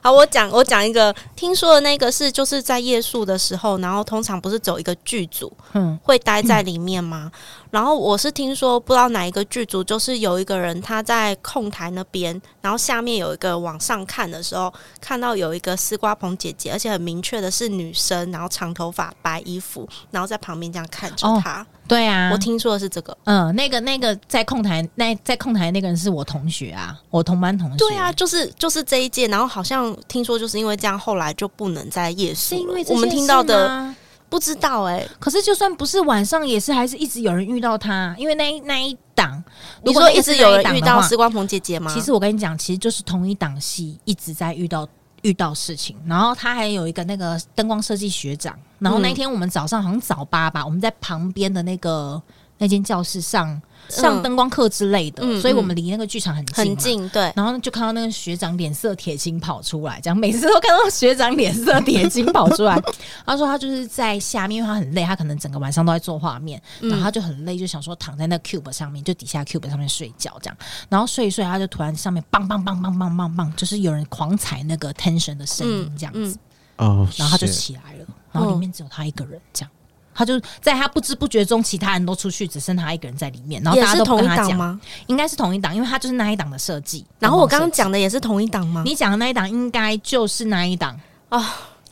Speaker 1: 好，我讲我讲一个听说的那个是就是在夜宿的时候，然后通常不是走一个剧组
Speaker 2: 嗯，
Speaker 1: 会待在里面吗？然后我是听说不知道哪一个剧组，就是有一个人他在控台那边，然后下面有一个往上看的时候，看到有一个丝瓜棚姐姐，而且很明确的是女生，然后长头发、白衣服，然后在旁边这样看着
Speaker 2: 哦
Speaker 1: 她。
Speaker 2: 对啊，
Speaker 1: 我听说的是这个。
Speaker 2: 嗯，那个那个在控台那在控台那个人是我同学啊，我同班同学。
Speaker 1: 对啊，，就是就是这一届，然后好像听说就是因为这样，后来就不能在夜宿
Speaker 2: 是
Speaker 1: 了。
Speaker 2: 因为这
Speaker 1: 我们
Speaker 2: 件
Speaker 1: 听
Speaker 2: 事
Speaker 1: 到的
Speaker 2: 吗。
Speaker 1: 不知道哎、
Speaker 2: 可是就算不是晚上，也是还是一直有人遇到他，因为那一那一档，
Speaker 1: 你
Speaker 2: 如果
Speaker 1: 说
Speaker 2: 那个
Speaker 1: 一
Speaker 2: 是
Speaker 1: 直有
Speaker 2: 那一
Speaker 1: 人
Speaker 2: 档的
Speaker 1: 遇到
Speaker 2: 话
Speaker 1: 时光鹏姐姐吗？
Speaker 2: 其实我跟你讲，其实就是同一档戏一直在遇到遇到事情，然后他还有一个那个灯光设计学长，然后那
Speaker 1: 嗯
Speaker 2: 天我们早上好像早八吧，我们在旁边的那个那间教室上上
Speaker 1: 嗯
Speaker 2: 灯光课之类的，
Speaker 1: 嗯
Speaker 2: 所以我们
Speaker 1: 嗯
Speaker 2: 离那个剧场很近，
Speaker 1: 很。近，对，
Speaker 2: 然后就看到那个学长脸色铁青跑出来，这样每次都看到学长脸色铁青跑出 来。他说他就是在下面，因为他很累，他可能整个晚上都在做画面，
Speaker 1: 嗯
Speaker 2: 然后他就很累，就想说躺在那 cube 上面，就底下 cube 上面睡觉这样。然后睡一睡，啊他就突然上面梆梆梆梆梆梆梆，就是有人狂踩那个 tension 的声音这样子，
Speaker 1: 嗯
Speaker 3: 哦，
Speaker 2: 然后他就是起来了，然后里面只有他一个人这样。他就在他不知不觉中，其他人都出去，只剩他一个人在里面，然后
Speaker 1: 也
Speaker 2: 大家
Speaker 1: 是
Speaker 2: 都不
Speaker 1: 同
Speaker 2: 跟
Speaker 1: 一
Speaker 2: 他
Speaker 1: 档
Speaker 2: 讲，
Speaker 1: 吗？
Speaker 2: 应该是同一档，因为他就是那一档的设计。
Speaker 1: 然后我刚刚
Speaker 2: 灯光设计
Speaker 1: 讲的也是同一档吗？
Speaker 2: 你讲的那一档应该就是那一档。
Speaker 1: 啊，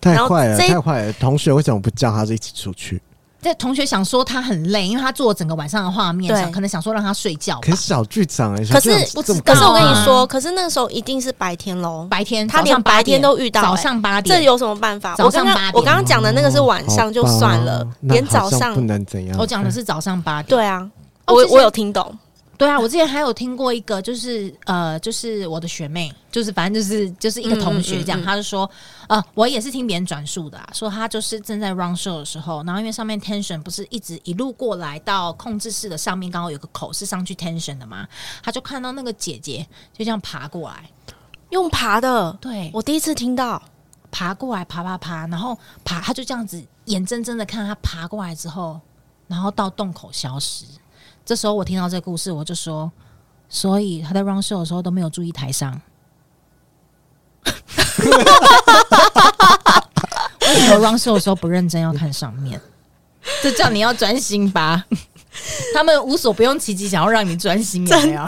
Speaker 3: 太
Speaker 1: 然后
Speaker 3: 坏了，
Speaker 1: 这
Speaker 3: 太坏了！同学为什么不叫他一起出去？
Speaker 2: 这同学想说他很累，因为他做整个晚上的画面，
Speaker 1: 对
Speaker 2: 想可能想说让他睡觉吧
Speaker 3: 可是。小剧场哎、
Speaker 1: 啊可是
Speaker 2: 不
Speaker 3: 不
Speaker 2: 知
Speaker 1: 可
Speaker 2: 道
Speaker 1: 是我跟
Speaker 2: 啊
Speaker 1: 你说，可是那时候一定是白天喽，
Speaker 2: 白天
Speaker 1: 他
Speaker 2: 早
Speaker 1: 连
Speaker 2: 上八
Speaker 1: 白
Speaker 2: 点
Speaker 1: 天都遇到、
Speaker 2: 早
Speaker 1: 欸
Speaker 2: 上八
Speaker 1: 这
Speaker 2: 点，
Speaker 1: 有什么办法？
Speaker 2: 早
Speaker 1: 我
Speaker 2: 上
Speaker 1: 刚
Speaker 2: 八
Speaker 1: 刚
Speaker 2: 点
Speaker 1: 我刚刚讲的那个是晚
Speaker 3: 哦
Speaker 1: 上就算了，连早上
Speaker 3: 不能怎样。
Speaker 2: 我讲的是早上八点。
Speaker 1: 对啊，
Speaker 2: 哦
Speaker 1: 我
Speaker 2: 之前
Speaker 1: 我有听懂，
Speaker 2: 对啊，我之前还有听过一个，就是呃，就是我的学妹，就是反正就是就是一个同学这
Speaker 1: 嗯
Speaker 2: 样，
Speaker 1: 嗯嗯嗯
Speaker 2: 他就说，呃，我也是听别人转述的、啊，说他就是正在 run show 的时候，然后因为上面 tension 不是一直一路过来到控制室的上面，刚好有个口是上去 tension 的嘛，他就看到那个姐姐就这样爬过来，
Speaker 1: 用爬的，
Speaker 2: 对，
Speaker 1: 我第一次听到，
Speaker 2: 爬过来，爬爬爬，然后爬，他就这样子眼睁睁的看他爬过来之后，然后到洞口消失。这时候我听到这个故事，我就说，所以他在 run show 的时候都没有注意台上。为什么 run show 的时候不认真要看上面？这叫你要专心吧。他们无所不用其极，想要让你专心，有没有？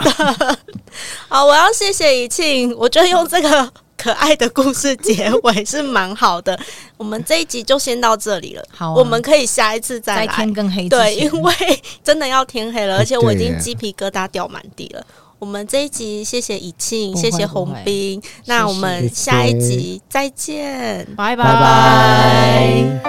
Speaker 1: 好，我要谢谢怡庆，我觉得用这个可爱的故事结尾是蛮好的。我们这一集就先到这里了，
Speaker 2: 好啊
Speaker 1: 我们可以下一次再
Speaker 2: 在
Speaker 1: 来
Speaker 2: 天。更黑之
Speaker 1: 对，
Speaker 2: 前
Speaker 1: 因为真的要天黑了，而且我已
Speaker 3: 对
Speaker 1: 经
Speaker 3: 耶
Speaker 1: 鸡皮疙瘩掉满地了。我们这一集谢谢怡庆，
Speaker 2: 不
Speaker 1: 谢
Speaker 2: 会
Speaker 1: 谢
Speaker 2: 不
Speaker 1: 洪
Speaker 2: 会
Speaker 1: 斌，那我们
Speaker 3: 谢谢
Speaker 1: 下一集再见。
Speaker 2: 拜
Speaker 3: 拜拜。